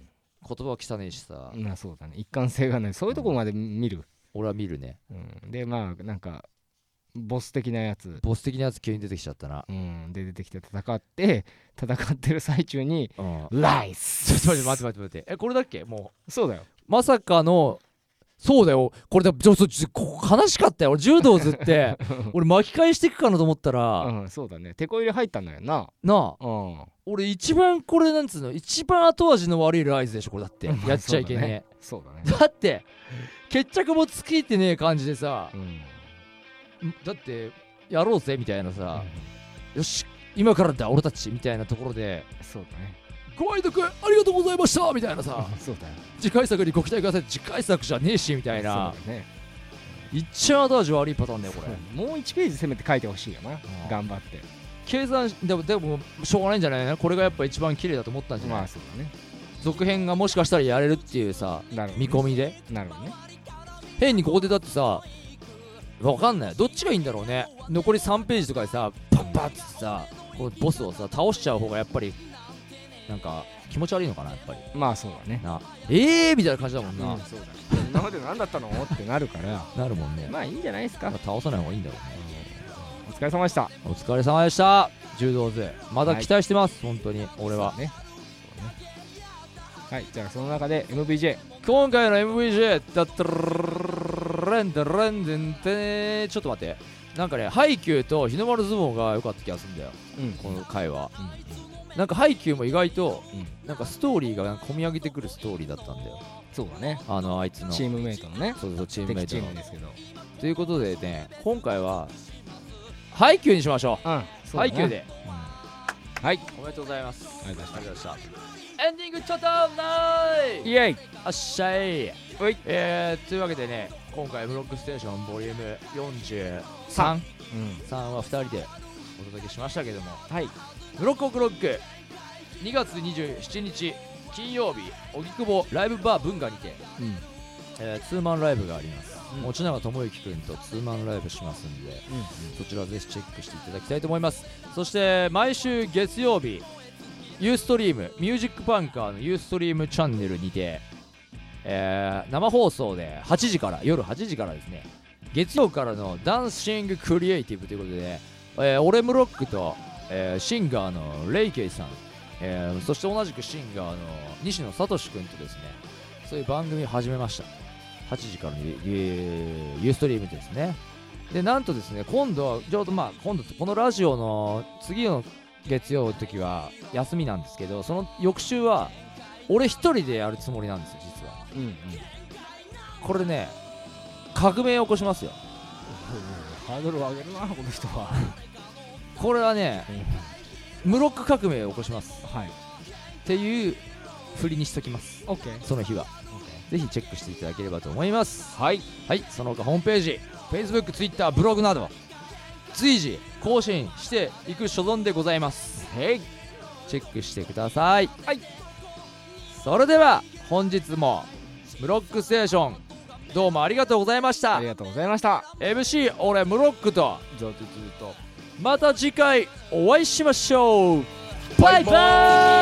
[SPEAKER 3] 言葉は汚ねえしさ、
[SPEAKER 4] まあそうだね一貫性がないそういうとこまで見る、
[SPEAKER 3] 俺は見るね
[SPEAKER 4] うん、でまあなんかボス的なやつ、
[SPEAKER 3] ボス的なやつ急に出てきちゃったな
[SPEAKER 4] うん、で出てきて戦って戦ってる最中に
[SPEAKER 3] うん
[SPEAKER 4] ラ イ
[SPEAKER 3] ちょ
[SPEAKER 4] ス
[SPEAKER 3] っと待って待って待って待ってえこれだっけも
[SPEAKER 4] そうだよ
[SPEAKER 3] うまさかのそうだよこれだちょっとちょここ悲しかったよ俺柔道ずって 俺巻き返していくかなと思ったら、
[SPEAKER 4] うんそうだねてこ入れ入ったんだよな
[SPEAKER 3] なあ
[SPEAKER 4] うん
[SPEAKER 3] 俺一番これなんつうの一番後味の悪いライズでしょこれだ って やっちゃいけね
[SPEAKER 4] そうだね
[SPEAKER 3] え だって決着もつきってねえ感じでさ
[SPEAKER 4] う、ん
[SPEAKER 3] だってやろうぜみたいなさ、よし今からだ俺たちみたいなところで
[SPEAKER 4] そうだね
[SPEAKER 3] ご愛読ありがとうございましたみたいな さ
[SPEAKER 4] そうだよ
[SPEAKER 3] 次回作にご期待ください次回作じゃねえしみたいな
[SPEAKER 4] そうだね
[SPEAKER 3] いっちゃ後味悪いパターンだよこれ
[SPEAKER 4] もう1ページせめて書いてほしいよな
[SPEAKER 3] ー
[SPEAKER 4] 頑張って
[SPEAKER 3] 計算しでもでもしょうがないんじゃないのこれがやっぱ一番綺麗だと思ったんじゃない、
[SPEAKER 4] まあそうだね
[SPEAKER 3] 続編がもしかしたらやれるっていうさ
[SPEAKER 4] なるほどね
[SPEAKER 3] 見込みで
[SPEAKER 4] なるほどね
[SPEAKER 3] 変にここでだってさわかんないどっちがいいんだろうね残り3ページとかでさパッパッつってさこうボスをさ倒しちゃう方がやっぱりなんか気持ち悪いのかなやっぱり
[SPEAKER 4] まあそうだね
[SPEAKER 3] なええー、みたいな感じだもんな、
[SPEAKER 4] うんそうだね今まで何だったのってなるから
[SPEAKER 3] なるもんね、
[SPEAKER 4] まあいいんじゃないですか
[SPEAKER 3] 倒さない方がいいんだろうね
[SPEAKER 4] お疲れ様でした
[SPEAKER 3] お疲れ様でした柔道勢まだ期待してます、本当に俺は
[SPEAKER 4] そうねそうねはいじゃあその中で MVJ
[SPEAKER 3] 今回の MVJ だったらレンデレンデンてちょっと待ってなんかねハイキューと日の丸相撲が良かった気がするんだよ
[SPEAKER 4] うん
[SPEAKER 3] この回は
[SPEAKER 4] うん
[SPEAKER 3] なんかハイキューも意外と
[SPEAKER 4] うん
[SPEAKER 3] なんかストーリーがなんか込み上げてくるストーリーだったんだよ
[SPEAKER 4] そうだね
[SPEAKER 3] あのあいつの
[SPEAKER 4] チームメイトのね
[SPEAKER 3] そうそうチームメ
[SPEAKER 4] 敵
[SPEAKER 3] イ
[SPEAKER 4] チ
[SPEAKER 3] ト
[SPEAKER 4] ー
[SPEAKER 3] の
[SPEAKER 4] ムですけどうん
[SPEAKER 3] ということでね今回はハイキューにしましょう
[SPEAKER 4] そう
[SPEAKER 3] ハ
[SPEAKER 4] だ
[SPEAKER 3] イ
[SPEAKER 4] な
[SPEAKER 3] キューで
[SPEAKER 4] うんあ
[SPEAKER 3] はいおめでとうございます
[SPEAKER 4] りがとうござ
[SPEAKER 3] あ
[SPEAKER 4] い
[SPEAKER 3] りがと
[SPEAKER 4] ま
[SPEAKER 3] うございましたエンディングちょっとない
[SPEAKER 4] したイエイ
[SPEAKER 3] あっしゃい
[SPEAKER 4] おい
[SPEAKER 3] えー、というわけでね今回「ブロックステーションボリューム433
[SPEAKER 4] うん
[SPEAKER 3] は2人でお届けしましたけども
[SPEAKER 4] はい
[SPEAKER 3] ブロックオクロック2月27日金曜日荻窪ライブバー文化にて、
[SPEAKER 4] うん
[SPEAKER 3] えーツーマンライブがあります、
[SPEAKER 4] うん
[SPEAKER 3] 持永智之君とツーマンライブしますんでそちらぜひチェックしていただきたいと思いますそして毎週月曜日ユーストリームミュージックパンカーのユーストリームチャンネルにて、えー生放送で8時から夜8時からですね月曜からのダンシングクリエイティブということで、えーオレムロックと、えーシンガーのレイケイさん、えーそして同じくシンガーの西野聡君とですねそういう番組を始めました8時からのユユユーストリームですねでなんとですね今度はちょうどまあ今度このラジオの次の月曜の時は休みなんですけどその翌週は俺一人でやるつもりなんですよ実は
[SPEAKER 4] うんうん
[SPEAKER 3] これね革命を起こしますよ
[SPEAKER 4] ハードルを上げるなこの人は
[SPEAKER 3] これはねムロック革命を起こします
[SPEAKER 4] はい
[SPEAKER 3] っていう振りにしときます
[SPEAKER 4] オッケー
[SPEAKER 3] その日はぜひチェックしていただければと思いますはい、はい、その他ホームページ FacebookTwitter ブログなど随時更新していく所存でございますはいチェックしてくださいはいそれでは本日も「ムロックステーション」どうもありがとうございました
[SPEAKER 4] ありがとうございました
[SPEAKER 3] MC 俺ムロックと
[SPEAKER 4] ずっとずっと
[SPEAKER 3] また次回お会いしましょうバイバイ